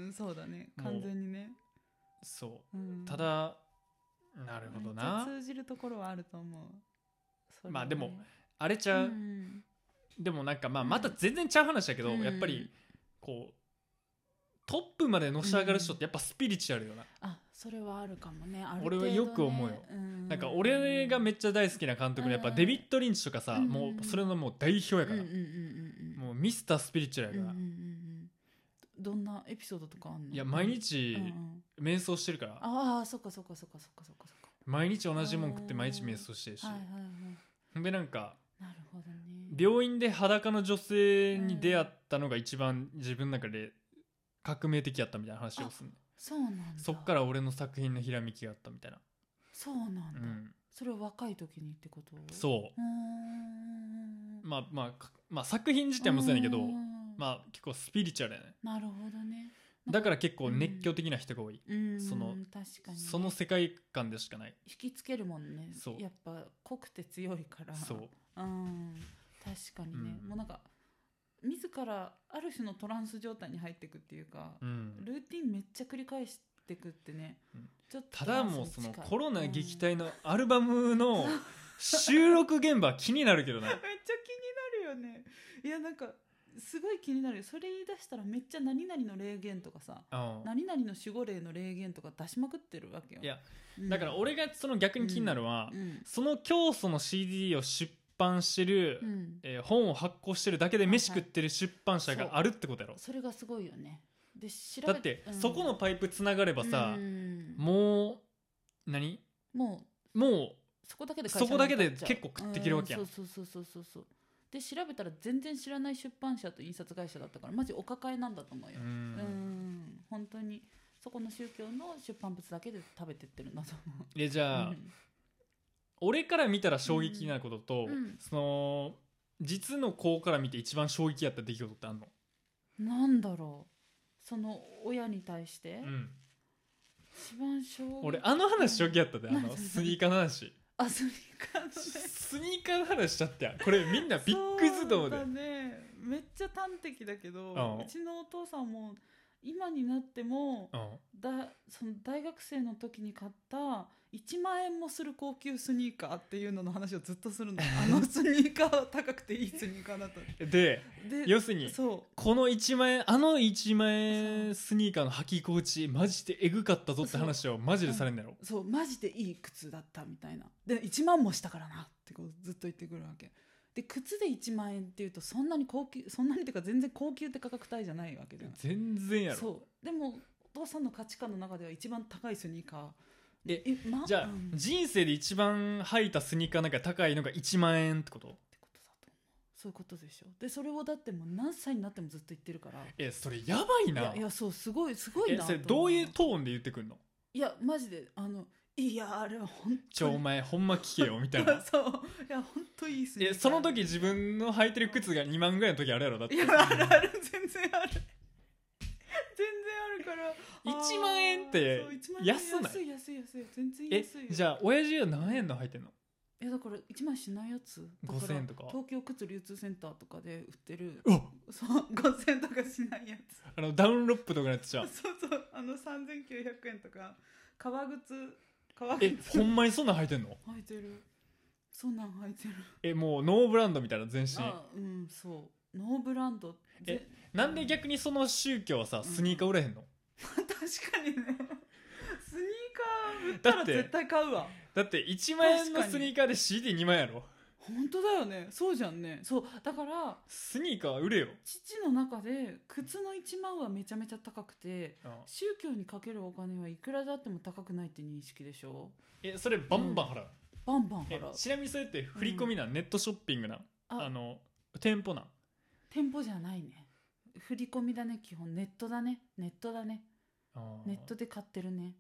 うんそうだね
もう
完全にね、
そ
うん
うただなるほどな
めっちゃ通じるところはあると思うそれはね
まあでもあれちゃ
う
うんでもなんかまあまた全然ちゃう話だけど
うん
やっぱりこうトップまでのし上がる人ってやっぱスピリチュアルよな
あそれはあるかもねある
俺はよく思うよ
程度ねうん
なんか俺がめっちゃ大好きな監督のやっぱ
うん
デビッド・リンチとかさ
うん
もうそれのもう代表やか
うん
ら
うんうんうん
もうミスタースピリチュア
う
ル
ん
や
うんう
か
んう
ら
んどんなエピソードとかあんの
いや毎
うん
日
うん
瞑想してるから
ああそっかそっかそっかそっかそっかそっか
毎日同じもん食って
うん
毎日瞑想してるし
はいはいはい
ほんでなんか
なるほどね
病院で裸の女性に出会ったのが一番自分の中で革命的やったみたいな話をする
そうなんだ
そっから俺の作品のひらめきがあったみたいな
そうなんだ、
うん
それを若い時にってこと
そう
ー
うんまあまあかまあ作品自体もそうやねんけど
ーん
まあ結構スピリチュアルやね
なるほどね
だから結構熱狂的な人が多いそ
そ
の
の確かにね
その世界観でしかない
引きつけるもんね
そう
やっぱ濃くて強いから
そう
うん確かにね、
うん
もうなんか自らある種のトランス状態に入っていくっていうか、
うん
ルーティンめっちゃ繰り返していくってね、
うん
ちょっと
ただもうその
トランスに近い
コロナ撃
うん
退のアルバムの収録現場気になるけど な
めっちゃ気になるよねいやなんかすごい気になるよそれ言い出したらめっちゃ何々の霊言とかさ
うん
何々の守護霊の霊言とか出しまくってるわけよ
いや、
うん
だから、俺がその逆に気になるのは
うん
その教祖の CD を出版してる、
うん
えー本を発行してるだけで飯食ってる出版社があるってことやろ、
それがすごいよねで調べ
だって、
うん
そこのパイプつながればさ、
うん
もう何
も
も
うそこだけで
そこだけで
会社
結構食っていけるわけやん
うそうそうそうそうそうで調べたら全然知らない出版社と印刷会社だったからマジお抱えなんだと思う
う
よ
う、
うんん本当にそこの宗教の出版物だけで食べてってるんだと思う
えじゃあ、
うん
俺から見たら衝撃なことと、
うん
その実の子から見て一番衝撃やった出来事ってあんの、
なんだろうその親に対して、
うん
一番衝撃
俺あの話初期やったであ
何
の
それ
スニーカーの話
あスニーカーのね
スニーカーの話しちゃったやんこれみんなびっくりすると思うで
そうだねめっちゃ端的だけど、
うん
うちのお父さんも今になっても
うん
だその大学生の時に買った1万円もする高級スニーカーっていうのの話をずっとするのあのスニーカーは高くていいスニーカーだった
で
で
要するに
そ
この1万円あの1万円スニーカーの履き心地マジでエグかったぞって話をマジでされんだろ
うそうマジでいい靴だったみたいなで1万もしたからなってこうずっと言ってくるわけで靴で1万円っていうとそんなに高級そんなにっていうか全然高級って価格帯じゃないわけじゃない
全然やろ
そうでもお父さんの価値観の中では一番高いスニーカー
え
ま
じゃあ
うんって
人生で一番履いたスニーカーなんか高いのが1万円ってこと
ことだと思うそういうことでしょでそれをだってもう何歳になってもずっと言ってるから
えそれやばいない
やいやそうすごいすごい
え
な
それ
と思
どういうトーンで言ってくんの
いやマジであのいやあれは本
ちょ
当
お
に
前ほんま聞けよみたい な
そういや本当いいスニーカ
え
ー
その時自分の履いてる靴が2万ぐらいの時あるやろだって
いやあるある全然ある全然あるから
1万円って
あーそう1万円
安ない
安い安い安い全然
え
安いよ
じゃあ親父は何円の履いてんの
いやだから1万しないやつだら
5000円とか
東京靴流通センターとかで売ってる
うわ
そう5000円と かしないやつ
あのダウンロップとかのやつじゃん
そうそうあの3900円とか革靴革
え
靴
ほんまにそんなん履いてんの
履いてるそんなん履いてる
えもうノーブランドみたいな全身
あうんそうノーブランド
え
ぜ
なんで逆にその宗教はさスニーカー売れへんの、
確かにねスニーカー売った
だ
ら
って
絶対買うわ
だって1万円の
確
ス
かに
ニーカーで CD2 万円やろ
本当だよねそうじゃんねそうだから
スニーカーは売れよ、
父の中で靴の1万はめちゃめちゃ高くて
うん
宗教にかけるお金はいくらであっても高くないって認識でしょ
えそれバンバン払う、
バンバン
え
払う
ちなみにそれって振り込みなん、ネットショッピングなん
あ
あの店舗なん
店舗じゃないね振り込みだね基本ネットだねネットだね
あー
ネットで買ってるね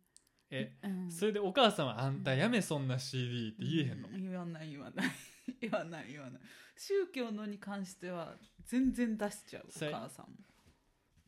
え、
うん、
それでお母さんは「あんたやめそんな CD」って言えへんの、
うん言わない言わない 言わない言わない宗教のに関しては全然出しちゃう
それ
お母さんも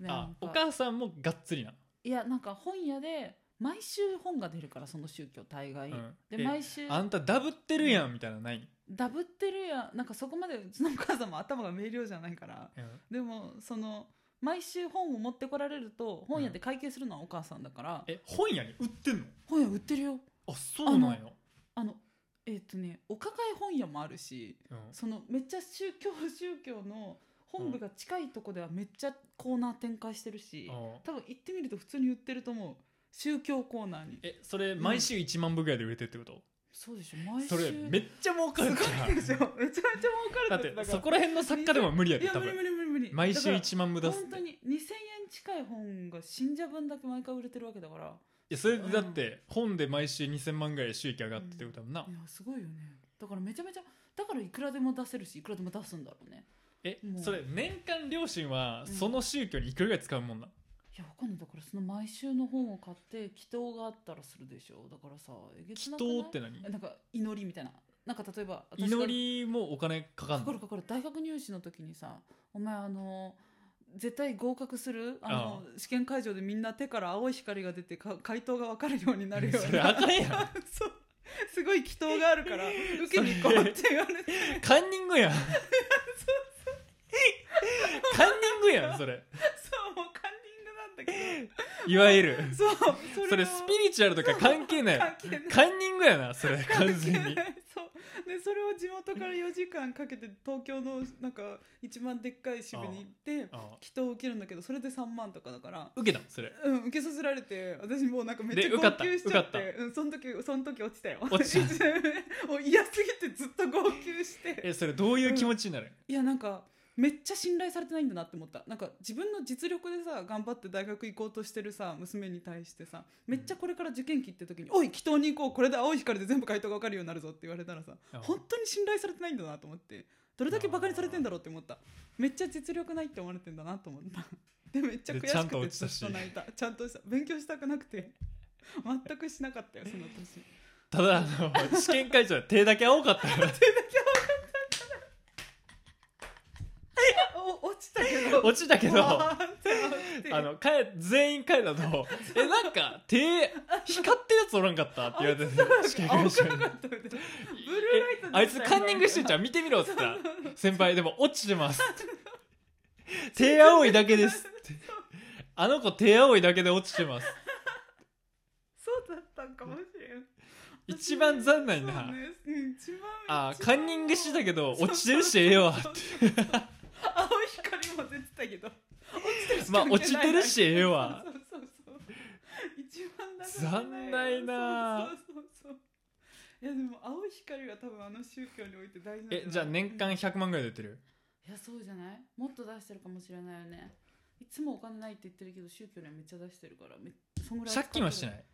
な
あ
んか
お母さんもがっつりなの、
いやなんか本屋で毎週本が出るからその宗教大概、
うん
で
え
毎週
あんたダブってるやんみたいなのない、
ダブってるやんなんかそこまでうちのお母さんも頭が明瞭じゃないから
うん
でもその毎週本を持ってこられると本屋で会計するのはお母さんだから、
え本屋に売ってんの
本屋売ってるよ
あそうなんや
あのえっ、とねお抱え本屋もあるし
うん
そのめっちゃ宗教宗教の本部が近いとこではめっちゃコーナー展開してるし、
あー
多分行ってみると普通に売ってると思う宗教コーナーに
えそれ毎週1万部ぐらいで売れてるってこと、
そうでしょ毎週
それめっちゃ儲かる
す
か
ごいでしょめちゃめちゃ儲かる
らだ
こ
っ
とから
てそこら辺の作家でも無理や
い
で
や
多
無理無
分
理無理無理
毎週
だから
1万部出すっ
本
て
当
い
に2000円近い本が信者分だけ毎回売れてるわけだから
やそれだって本で毎週2000万ぐらい収益上がってってことだもんな、
いやすごいよねだからめちゃめちゃだからいくらでも出せるしいくらでも出すんだろうね
え
もう
それ年間両親は
うん
その宗教にいくらぐらい使うもんな、
いやわかんないだからその毎週の本を買って祈祷があったらするでしょだからさえげつ
祈
なくない
祷って何
なんか祈りみたいななんか例えば私が
祈りもお金かか
か
ん
か
の
るかかる大学入試の時にさお前あの絶対合格するあの試験会場でみんな手から青い光が出てか回答が分かるようになるような
それあかんやん
そうすごい祈祷がある から受けに行こうって言われて
カンニングやんカンニングやんそれ
そうもうカンニングなんだ
いわゆる
けどそうそ
それ
を
スピリチュアルとか関係ない
関係ない
カンニングやなそれ完全に
そうでそれを地元から4時間かけて東京のなんか一番でっかい支部に行って祈
あ
祷を受けるんだけどそれで3万とかだから
受けたそれ
うん、受けさせられて私もうなんかめっち
で
ゃ
受かっ
号
た
泣しちゃっ
受
てうん、その時その時落ちたよ
落ち
もう嫌すぎてずっと号泣して
えそれどういう気持ちになる、
いやなんかめっちゃ信頼されてないんだなって思ったなんか自分の実力でさ頑張って大学行こうとしてるさ娘に対してさめっちゃこれから受験期って時に「おい祈祷に行こうこれで青い光で全部回答が分かるようになるぞ」って言われたらさ
あ
本当に信頼されてないんだなと思ってどれだけバカにされてんだろうって思っためっちゃ実力ないって思われてんだなと思った でめっちゃ悔しく
でちゃんと
て
落ち
ず
た
っ
し
と泣いたちゃんとした勉強したくなくて 全くしなかったよその 年
ただあの試験会場で手だけ青かったよ
お落ちたけど
落ちたけど
わーってって
あのかえ全員帰だと「えなんか手光ってるやつおらんかった」って言われて
あ
司会者
青
に
くなかったみたいなブルーライト
えあいつカンニングしてんじゃ
ん
ん見てみろ」っつったら「先輩でも落ちて ます」手青いだけです」って「あの子手青いだけで落ちて ます
そうだったんかもしれん」
一番残念な、
そうねうん一番
あ
一番
カンニングしてたけど落ちてるしええわって
青い光も出てたけど落ちてるし
まあ
関係
落ちてるしええわ
そうそうそうそう一番だ
残念な
そうそうそうそういやでも青い光が多分あの宗教において大事なん
えじゃあ年間
い
100万ぐらい出てる
やそうじゃないもっと出してるかもしれないよねいつもお金ないって言ってるけど宗教にはめっちゃ出してるからめそんぐらい
借金はして
い
ない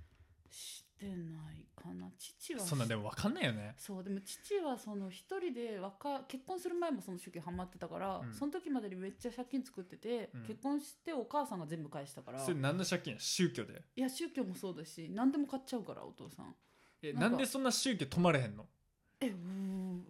してないかな父は
そんなん
し
でも分かんないよね
そうでも父はその一人で若結婚する前もその宗教ハマってたから、
うん
その時までにめっちゃ借金作ってて、
うん
結婚してお母さんが全部返したから
それ
い
何の借金や宗教で
や宗教もそうだし何でも買っちゃうからお父さん
え
なんか
なんでそんな宗教止まれへんの
えうーも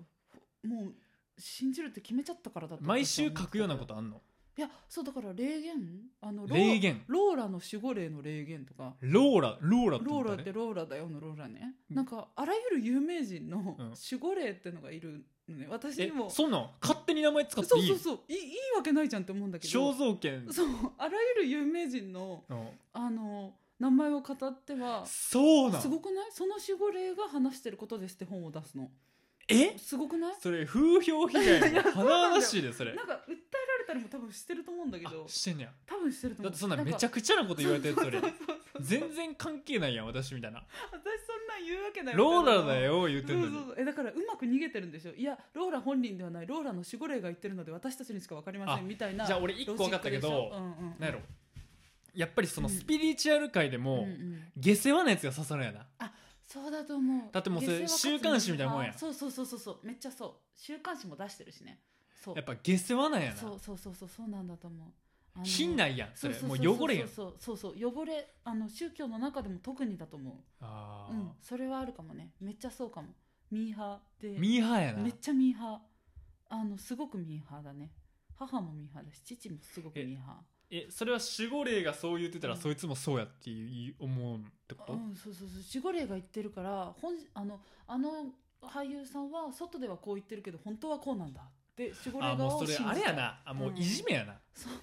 う信じるって決めちゃったからだと
毎週書くようなことあんの
いやそうだから霊言あのロー
霊言
ローラの守護霊の霊言とか
ローラローラって
ロ
言
ーラ
っ
ったて
ね
ローラだよのローラね、
うん
なんかあらゆる有名人の
うん
守護霊ってのがいるのね私に
え
も
そんなん勝手に名前使って
そう
い
そう
い
そういいいいわけないじゃんって思うんだけど
肖像権
そうあらゆる有名人の
うん
あの名前を語っては
そうな
す
ん
ごくないその守護霊が話してることですって本を出すの
え
すごくない
それ風評被害
い
の
やそうなんだよ
華々しいでそれ
なんか訴えられたりも多分してると思うんだけ
あ
ど
してんねや
多分してると
だ
思う
ってそんなめち
ゃ
ゃくちゃなこと言われたやつそ
そ
れ
うそうそうそう
全然関係ないやん私みたいな
私そんなん言うわけない
ローラ
みたい
だ
なの
よ言って
そ
んの
うそう
に
そうえだからうまく逃げてるんでしょいやローラ本人ではないローラの守護霊が言ってるので私たちにしか分かりませんみたいな
じゃあ俺一個分かったけ
ロジッ
ど
クでしょうんうん
なんやろやっぱりその
うん
スピリチュアル界で
うん
も
うん
下世話なやつが刺さるやな
そうだと思う
だってもうそれ
下世話
週刊誌みたいなもんや
あそうそうそうそうそうめっちゃそう週刊誌も出してるしねそう
やっぱ下世話なんや
そう
な
そうそうそうそうなんだと思うあの
品ないやんそ
そう
れ
そう
も
そうう
汚れやん
そうそうそうそう汚れあの宗教の中でも特にだと思
あ
ううんそれはあるかもねめっちゃそうかもミーハーで
ーミーハーやな
めっちゃミーハーあのすごくミーハーだね母もミーハーだし父もすごくミーハ
えそれは守護霊がそう言ってたら
うん
そいつもそうやっていう思うってこ
ー
と
うんそうそうそう守護霊が言ってるから本あのあの俳優さんは外ではこう言ってるけど本当はこうなんだって守護
あ
霊側
も
を
うそ
信じ
れ
ち
あれや
ゃう
なあもういじめやな
そうね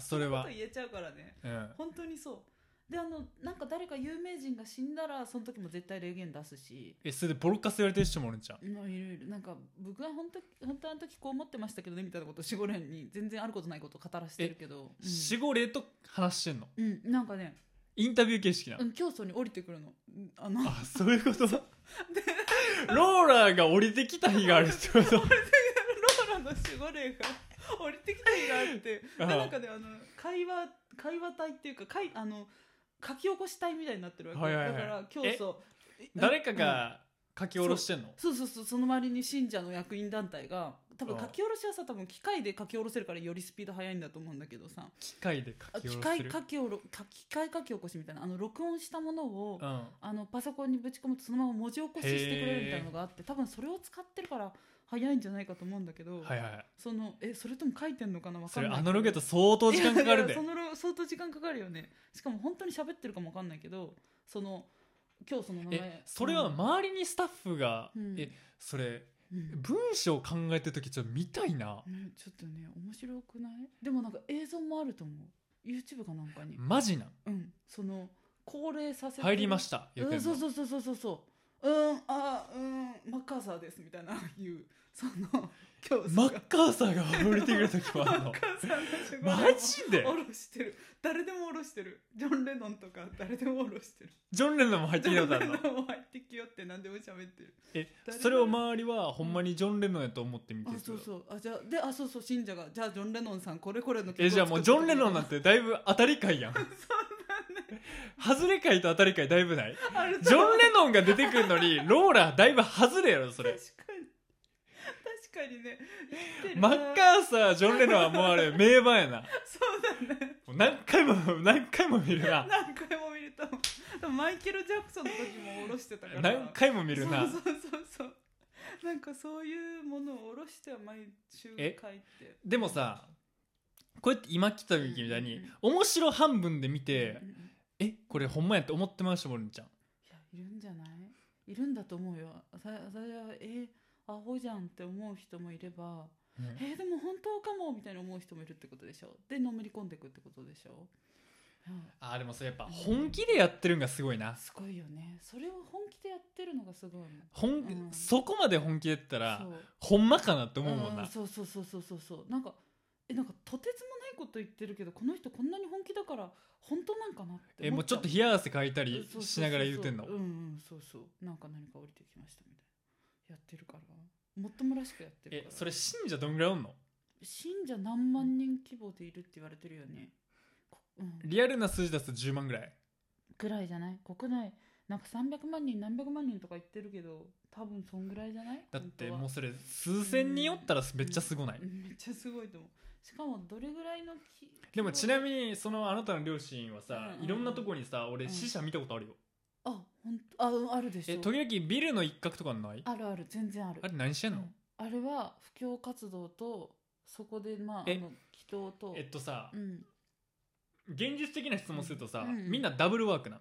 それは
勝手なこと言えちゃうからね
うん
本当にそうであのなんか誰か有名人が死んだらその時も絶対霊言出すし
えそれでボロカス言われてる人もおるんちゃう
うんいろいろなんか僕は本当本当あの時こう思ってましたけどねみたいなことを守護霊に全然あることないことを語らせてるけど
守護霊と話してんの
うん、うんなんかね、
インタビュー形式なの
うん、競争に降りてくるのうんあの
あそういうこと ローラーが降りてきた日があるってこと
ローラの守護霊が降りてきたりがあって
ああ
でなんかねあの会話会話体っていうかかいあの書き起こし隊みたいになってるわけ、
はいはいはい
だから教祖
誰かが書き下ろしてんの
そうそうそうその周りに信者の役員団体が多分
ああ
書き下ろしはさ多分機械で書き下ろせるからよりスピード速いんだと思うんだけどさ
機械で
あ
書き下
機
ろし
械
てる
書き下ろか機械書き起こしみたいなあの録音したものを
うん
あのパソコンにぶち込むとそのまま文字起こししてくれるみたいなのがあって多分それを使ってるから早いんじゃないかと思うんだけど、
はいはいはい
そのえそれとも書いてんのかなわか
そ
ん
れ
ない
アナログやと相当時間かかる
いやいや
で
そのろ 相当時間かかるよねしかも本当に喋ってるかもわかんないけどその今日その名前
えそれは周りにスタッフが
うん
えそれ
うんうん
文章考えてる時ちょっと見たいな
ねちょっとね面白くないでもなんか映像もあると思う YouTube かなんかに
マジなん
うんその高齢させて
入りました
う
やって
ん
ん
そ
の
うそうそうそうそうそううんあうんマッカーサーですみたいないうその今日
マッカーサーが降りてくる時もあるの
さんの手
マ
柄を
ジで
おろしてる誰でもおろしてるジョン・レノンとか誰でもおろしてる
ジョン・レノンも入って
ジ
き
ョ
たこ
ン・
とあ
レ
る の
ノンも入ってきよって何でも喋ってる
え
誰
それを周りはほんまにジョン・レノンやと思って見て
あ
るけ
そ
ど
うそうあじゃあであそうそう信者がじゃあジョン・レノンさんこれこれの曲を
えじゃあもうジョン・レノンなん
て
てだいぶ当たり会やんそんなね外れ会と当たり会だいぶない
ある
ジョン・レノンが出てくるのにローラだいぶ外れやろそれ
確かに確かにね言ってる
マ
な
ッカーサージョン・レノンはもうあれ名盤やな
そうだね
もう何回も何回も見る な
何回も見ると思うでもマイケル・ジャクソンの時も下ろしてたから
何回も見るな
そうそうそうそうなんかそういうものを下ろしては毎週書い
え
て
でもさこうやって今来た時みたいに、面白半分で見て、
うんうんうんい
えこれほんまやって思ってましたもんちゃん
やいるんじゃないいるんだと思うよさ私はえアホじゃんって思う人もいれば
うん
えーでも本当かもみたいに思う人もいるってことでしょでのめり込んでいくってことでしょ、うん
あーでもそれやっぱ本気でやってるんがすごいな
すごいよねそれを本気でやってるのがすごいもん
本、
うん
そこまで本気でやったら
そう
ほんまかなって思うもん
うん
な
そうそうそうそうそうそうなんかえなんかとてつもないこと言ってるけどこの人こんなに本気だから本当なんかなって
えも
思
うちょっと
っ
冷や汗かいた
た
りしながら言うてんの
うんうんそうそうなんか何か降りてきましたみたいなやってるからもっともらしくやってる
え
から
それ信者どんぐらいおんの
信者何万人規模でいるって言われてるよねこうん
リアルな数字出すと10万ぐらい
ぐらいじゃない国内なんか300万人何百万人とか言ってるけど多分そんぐらいじゃない
だって
本当は
もうそれ数千人おったらめっちゃすごない、
うんめっちゃすごいと思うしかもどれぐらいのき
でもちなみ
に
にそのあなたの両親はさ、
うんうん
いろんなとこにさ
う
俺
ん
死者見たことあるよ、
あ本当あうんあるでし
え
ょ
時々ビルの一角とかないあ
あるある全然ある
れ何してんの、
うんあれは布教活動とそこでまああ
え
の祈祷と
えっとさ、
うん
現実的な質問するとさ、
うん
みんなダブルワークな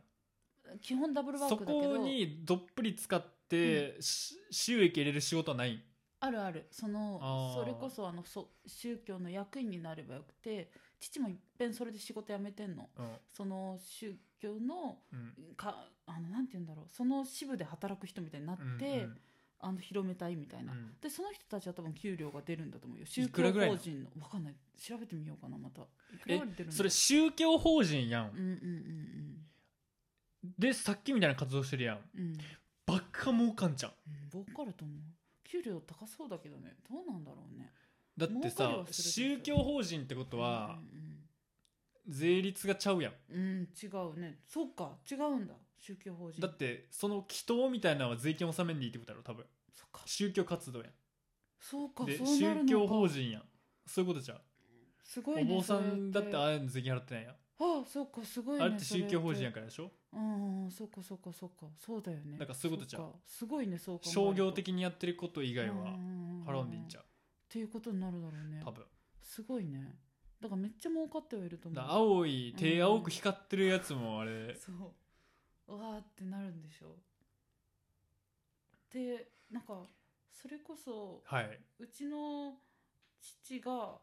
基本ダブルワー
そ
クだけど
こにどっぷり使って、し収益入れる仕事はない
あるあるその
あー
それこそあのそ宗教の役員になればよくて父もいっぺんそれで仕事辞めてんの
うん、
その宗教の
うん
かあのなんて言うんだろうその支部で働く人みたいになって、
うん
あの広めたいみたい
うん
な、
うん
でその人たちは多分給料が出るんだと思うよ宗
いく
教
らぐらいな
法
の
人のわかんない調べてみようかなまたいく
え
らぐらい出るんだ
それ宗教法人やん、
うんうんうん
でさっきみたいな活動してるやん
うんうん
バカ儲かんじゃん
うん儲かると思う給料高そうだけどねどうなんだろうね
だって
儲かり
さ
はする
宗
けど
教法人ってことは
うん
税率がちゃうやん
うんうん、うん、違うねそうか違うんだ宗教法人
だってその祈祷みたいなのは税金納めんでいいってことやろ多分
そっか
宗教活動やん
そうか
で
そうなる
宗
のか
教法人やんそういうことじゃん
すごい
お
ね
坊さんだってあ
あ
あいうの税金払ってないやん
あそうかすごいね
あれって宗教法人や
ん
からでしょ
うんうんそっかそっかそっかそうだよね
だからそういうことちゃう
そかすごいねそう考えると
商業的にやってること以
以
外は払うんでいいんち
ゃう
ゃ
っていうことになるだろうね
う多分
すごいねだからめっちゃ儲かってはいると思
だ
う
から青い手青
うん
く光ってるやつもあれ
そううわーってなるんでしょでなんかそれこそ
はいう
ちの父が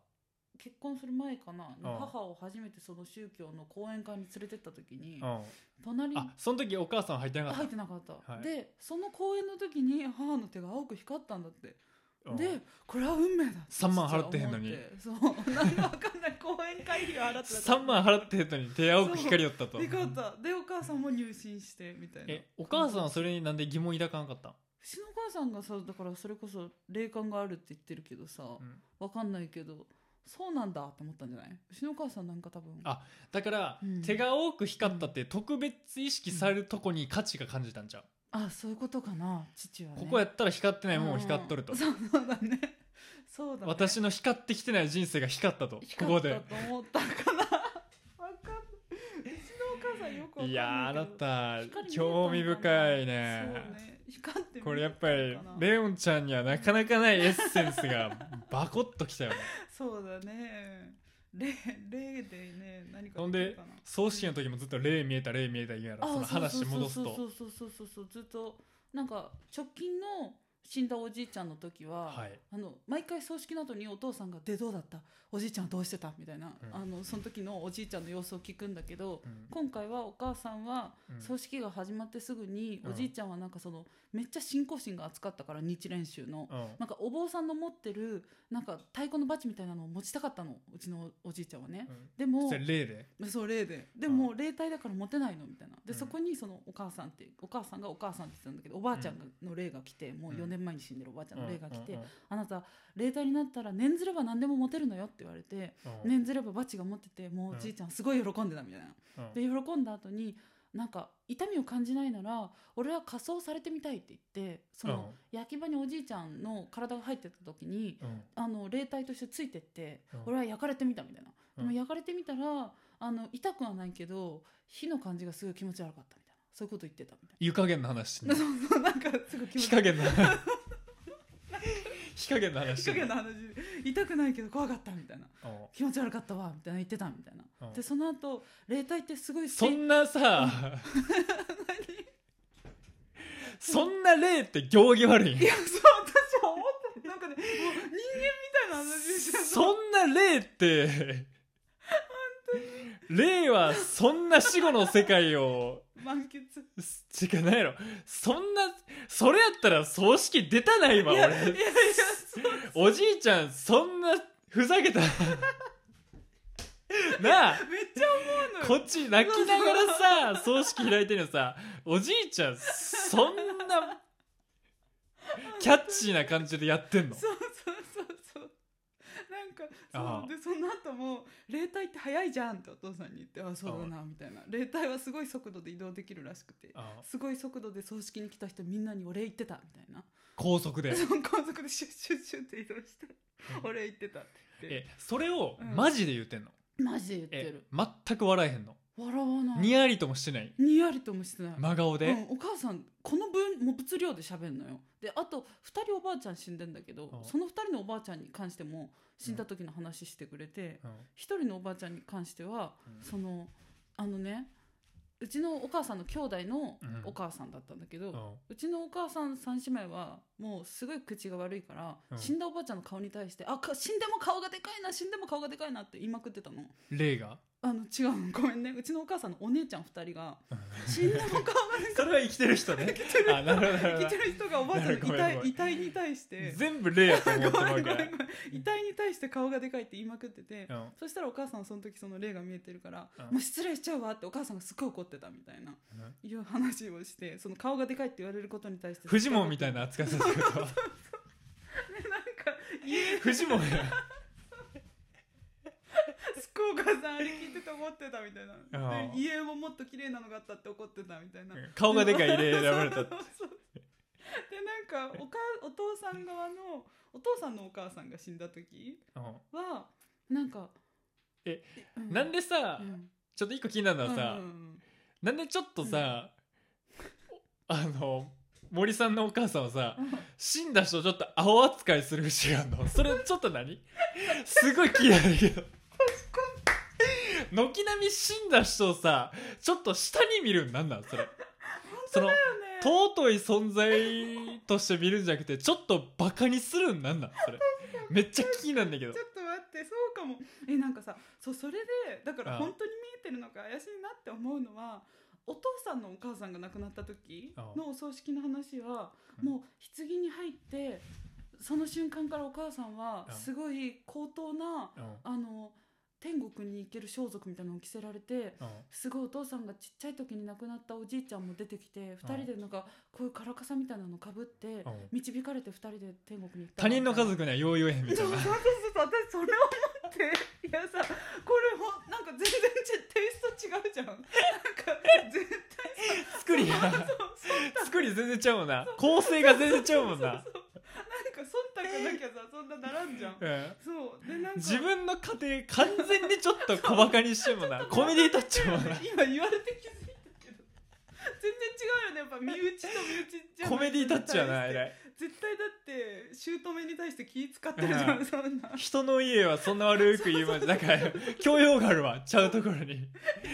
結婚する前かな
うん
母を初めてその宗教の講演会に連れてった時に
うん
隣に
あその時お母さん入ってなか
入
っ
ってなかった、
はい
でその講演の時に母の手が青く光ったんだって
たうん
でこれは運命だ
3万払ってへんのに
父は思ってそう何も分かんない講演会費を払ってた
3万払ってたのに手青く光りよったと
でかったでお母さんも入信してみたいな
えお母さんはそれになんで疑問抱かなかったん
うちのお母さんがさだからそれこそ霊感があるって言ってるけどさ、
ん
わかんないけどそうなんだって思ったんじゃないうちのお母さんなんか多分
あだから、
うん
手が多く光ったって特別意識されるとこに価値が感じたんじゃう、
あそういうことかな父はね
ここやったら光ってないもん
う
を
ん
光っとると、
そうそうだねそうだね
私の光ってきてない人生が光ったとここで
光ったと思ったかなわかんないうちのお母さんよくわかんないけど
いやーあなた
光見えたのかな
興味深いね
そうね光って見えたのかな
これやっぱりレオンちゃんにはなかなかないエッセンスが バコッときたよね
そうだね霊霊でね何か
ほん
で
で
きるかな
葬式の時もずっと霊見えた霊見えた言うやろその話戻す
そ
と
うそうそうそうそうそうずっとなんか直近の死んだおじいちゃんの時は、
はい
あの毎回葬式の後にお父さんが「でどうだったおじいちゃんはどうしてた?」みたいな、
うん
あのその時のおじいちゃんの様子を聞くんだけど、
うん
今回はお母さんは
うん
葬式が始まってすぐに、
うん
おじいちゃんはなんかそのめっちゃ信仰心が厚かったから日蓮宗の。
うん
なんかお坊さんの持ってるなんか太鼓のバチみたいなのを持ちたかったのうちのおじいちゃんはね、で
うん
も
それ霊で
そう霊ででも霊体だから持てないのみたいな
う
で、
ん
そこにそのお母さんってお母さんがお母さんって言ってたんだけどおばあちゃんがの霊が来て、もう4年前に死んでるおばあちゃんの霊が来て、
うんうん
あなた霊体になったら念ずれば何でも持てるのよって言われて、
うん
念ずればバチが持っててもうおじいちゃんすごい喜んでたみたいな。
うん
で喜んだ後になんか痛みを感じないなら俺は仮装されてみたいって言ってその焼き場におじいちゃんの体が入ってた時に
うんうん
あの霊体としてついてって
うん
俺は焼かれてみたみたいな、
うん
でも焼かれてみたらあの痛くはないけど火の感じがすごい気持ち悪かったみたいなそういうこと言ってたみたい
湯加減の話してん
な
の
そうそうなんかすごい気持
火
ち悪
加減
い
の話火加減の話
火加減の話痛くないけど怖かったみたいな
おう
気持ち悪かったわみたいな言ってたみたいな、
うん
でその後霊体ってすごい好き
そんなさ そんな例って行儀悪い
いやそう 私は思ったなんかねもう人間みたいな話しちゃう
そんな霊って霊はそんな死後の世界を
満喫
す違うないやろそんなそれやったら葬式出たな今
いやいやい
俺
やそう
おじいちゃんそんなふざけ たなあ
めっちゃ思うのよ
こっち泣きながらさ葬式開いてるのさおじいちゃんそんなキャッチーな感じでやってんの
そうそうそうそうなんか
あ
そ
あ
うでその後も「霊体って早いじゃん」ってお父さんに言って「あそうだな」みたいな霊体はすごい速度で移動できるらしくて
あ
すごい速度で葬式に来た人みんなにお礼言ってたみたいな
高速で
その高速でシュッシュッシュッって移動してお礼言ってたって言って
えそれをマジで言ってんの、
マジで言って
え
る
全く笑えへんの
笑わない
にやりともしてない
にやりともしてない
真顔で、
うん、お母さんこの分もう物量で喋るのよであと2人おばあちゃん死んでんだけど、
うん
その2人のおばあちゃんに関しても死んだ時の話してくれて、
うん
一人のおばあちゃんに関しては、
うん
そのあのねうちのお母さんの兄弟の
うん
お母さんだったんだけど、う
うん
ちのお母さん三姉妹はもうすごい口が悪いから、
うん
死んだおばあちゃんの顔に対して「あか死んでも顔がでかいな死んでも顔がでかいな」って言いまくってたの。
霊が
あの違うのごめんねうちのお母さんのお姉ちゃん2人が死んでも顔がでか
それは生きてる人ね あなるほどなるほ
い生
ど
きてる人がおばあちゃんの
ご
遺
めんごめん
体遺体に対して
全部霊やと思って
ご
ま
め
うん
ご
か
めん
ら
ごめん遺体に対して顔がでかいって言いまくってて、
うん
そしたらお母さんはその時その霊が見えてるから
うん
「もう失礼しちゃうわ」ってお母さんがすっごい怒ってたみたいないう話をしてその顔がでかいって言われることに対して
フジモンみたい
な
な扱いさせる こと
なんか家
フジモンや
福岡さんあれ聞いてて思ってたみたい
あ
な
あ
で家ももっと綺麗なのがあったって怒ってたみたいな
顔がでかい霊選ばれた
そうそうそうでなんかおかお父さん側のお父さんのお母さんが死んだ時
う
はなんか
え
うん
なんでさ、
うん
ちょっと一個気になるのはさ、
うんうん
なんでちょっとさ、あの森さんのお母さんをさ
うん
死んだ人をちょっと青扱いする節がある のそれちょっと何すごい気になるけど軒並み死んだ人をさちょっと下に見るんなんなんそれその尊い存在として見るんじゃなくてちょっとバカにするんなんなんそれめっちゃ気になるんだけど
ちょっと待ってそうかもえなんかさそうそれでだか
ああ
ら本当に見えてるのか怪しいなって思うのはお父さんのお母さんが亡くなった時
ああ
のお葬式の話は
うん
もう棺に入ってその瞬間からお母さん
あ
は
あ
すごい高等なあの天国に行ける装束みたいなのを着せられて
うんうん
すごいお父さんがちっちゃい時に亡くなったおじいちゃんも出てきて2人でなんかこういうカラカサみたいなのかぶって
うん
導かれて2人で天国に行った
他人の家族にはよう言えへんみた
そう
い
そう
な
そうそう私それを思っていやさこれほんなんか全然ちテイスト違うじゃんなんか絶対
作りが
そうそう
作り全然ちゃうもんな構成が全然ちゃうもんな
そうそうなんか忖度なきゃさそんなならんじゃん
うん
そうでなんか
自分の家庭完全にちょっと小バカにしてもなコメディータッチもな
今言われて気づいたけど全然違うよねやっぱ身内と身内じゃな
コ
い
メディータッチはな偉い
絶対だって姑に対して気使ってるじゃ
うん
んそんな
人の家はそんな悪く言うまでだから教養があるわちゃうところに
い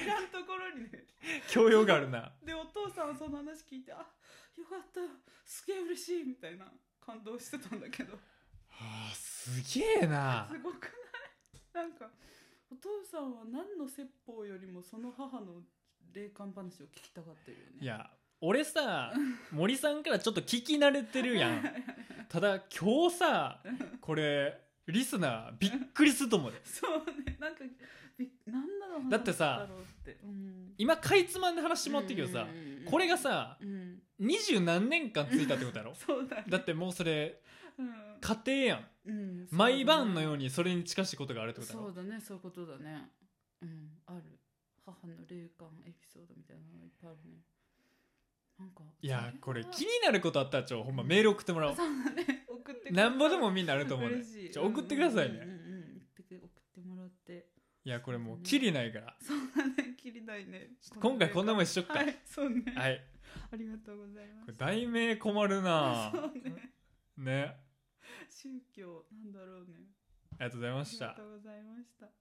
らんところにね
教養があるな
でお父さんはその話聞いてあよかったすげえ嬉しいみたいな感動してたんだけど
あーすげえな
すごくないなんかお父さんは何の説法よりもその母の霊感話を聞きたがってるよね
いや俺さ森さんからちょっと聞き慣れてるやんただ今日さこれリスナーびっくりすると思うで
そうねなんかび何なの話
だってさ
だろうって、うん、
今かいつまんで話してもらってるけどさ
うんうんうんうん
これが、さ
うん、
二十何年間ついたってことやろ
そうだね
だってもうそれ
うん
家庭やん
うん、
毎晩のよう
に
にそれに近しいことがあるってことだ
そ
ろ
うだねそういうことだねうんある母の霊感エピソードみたいなのがいっぱいあるねなんか
いやこれ気
切
になることあったらちょほんまメール送ってもらおう
そうだね送ってく
なんぼでもみんなあると思うね
嬉しい
ちょ送ってください
うんうん
ね
うんうん送ってく送ってもらって
いやこれもうきりないから
そうだね切りないね
今回こんなもん
ん
にしとっか
はいそうね、
はい
ありがとうございま
これ
す
題名困るな
そうね
ね
宗教なんだろうね
ありがとうござい
あ
ま
り
し
が
た
とうございました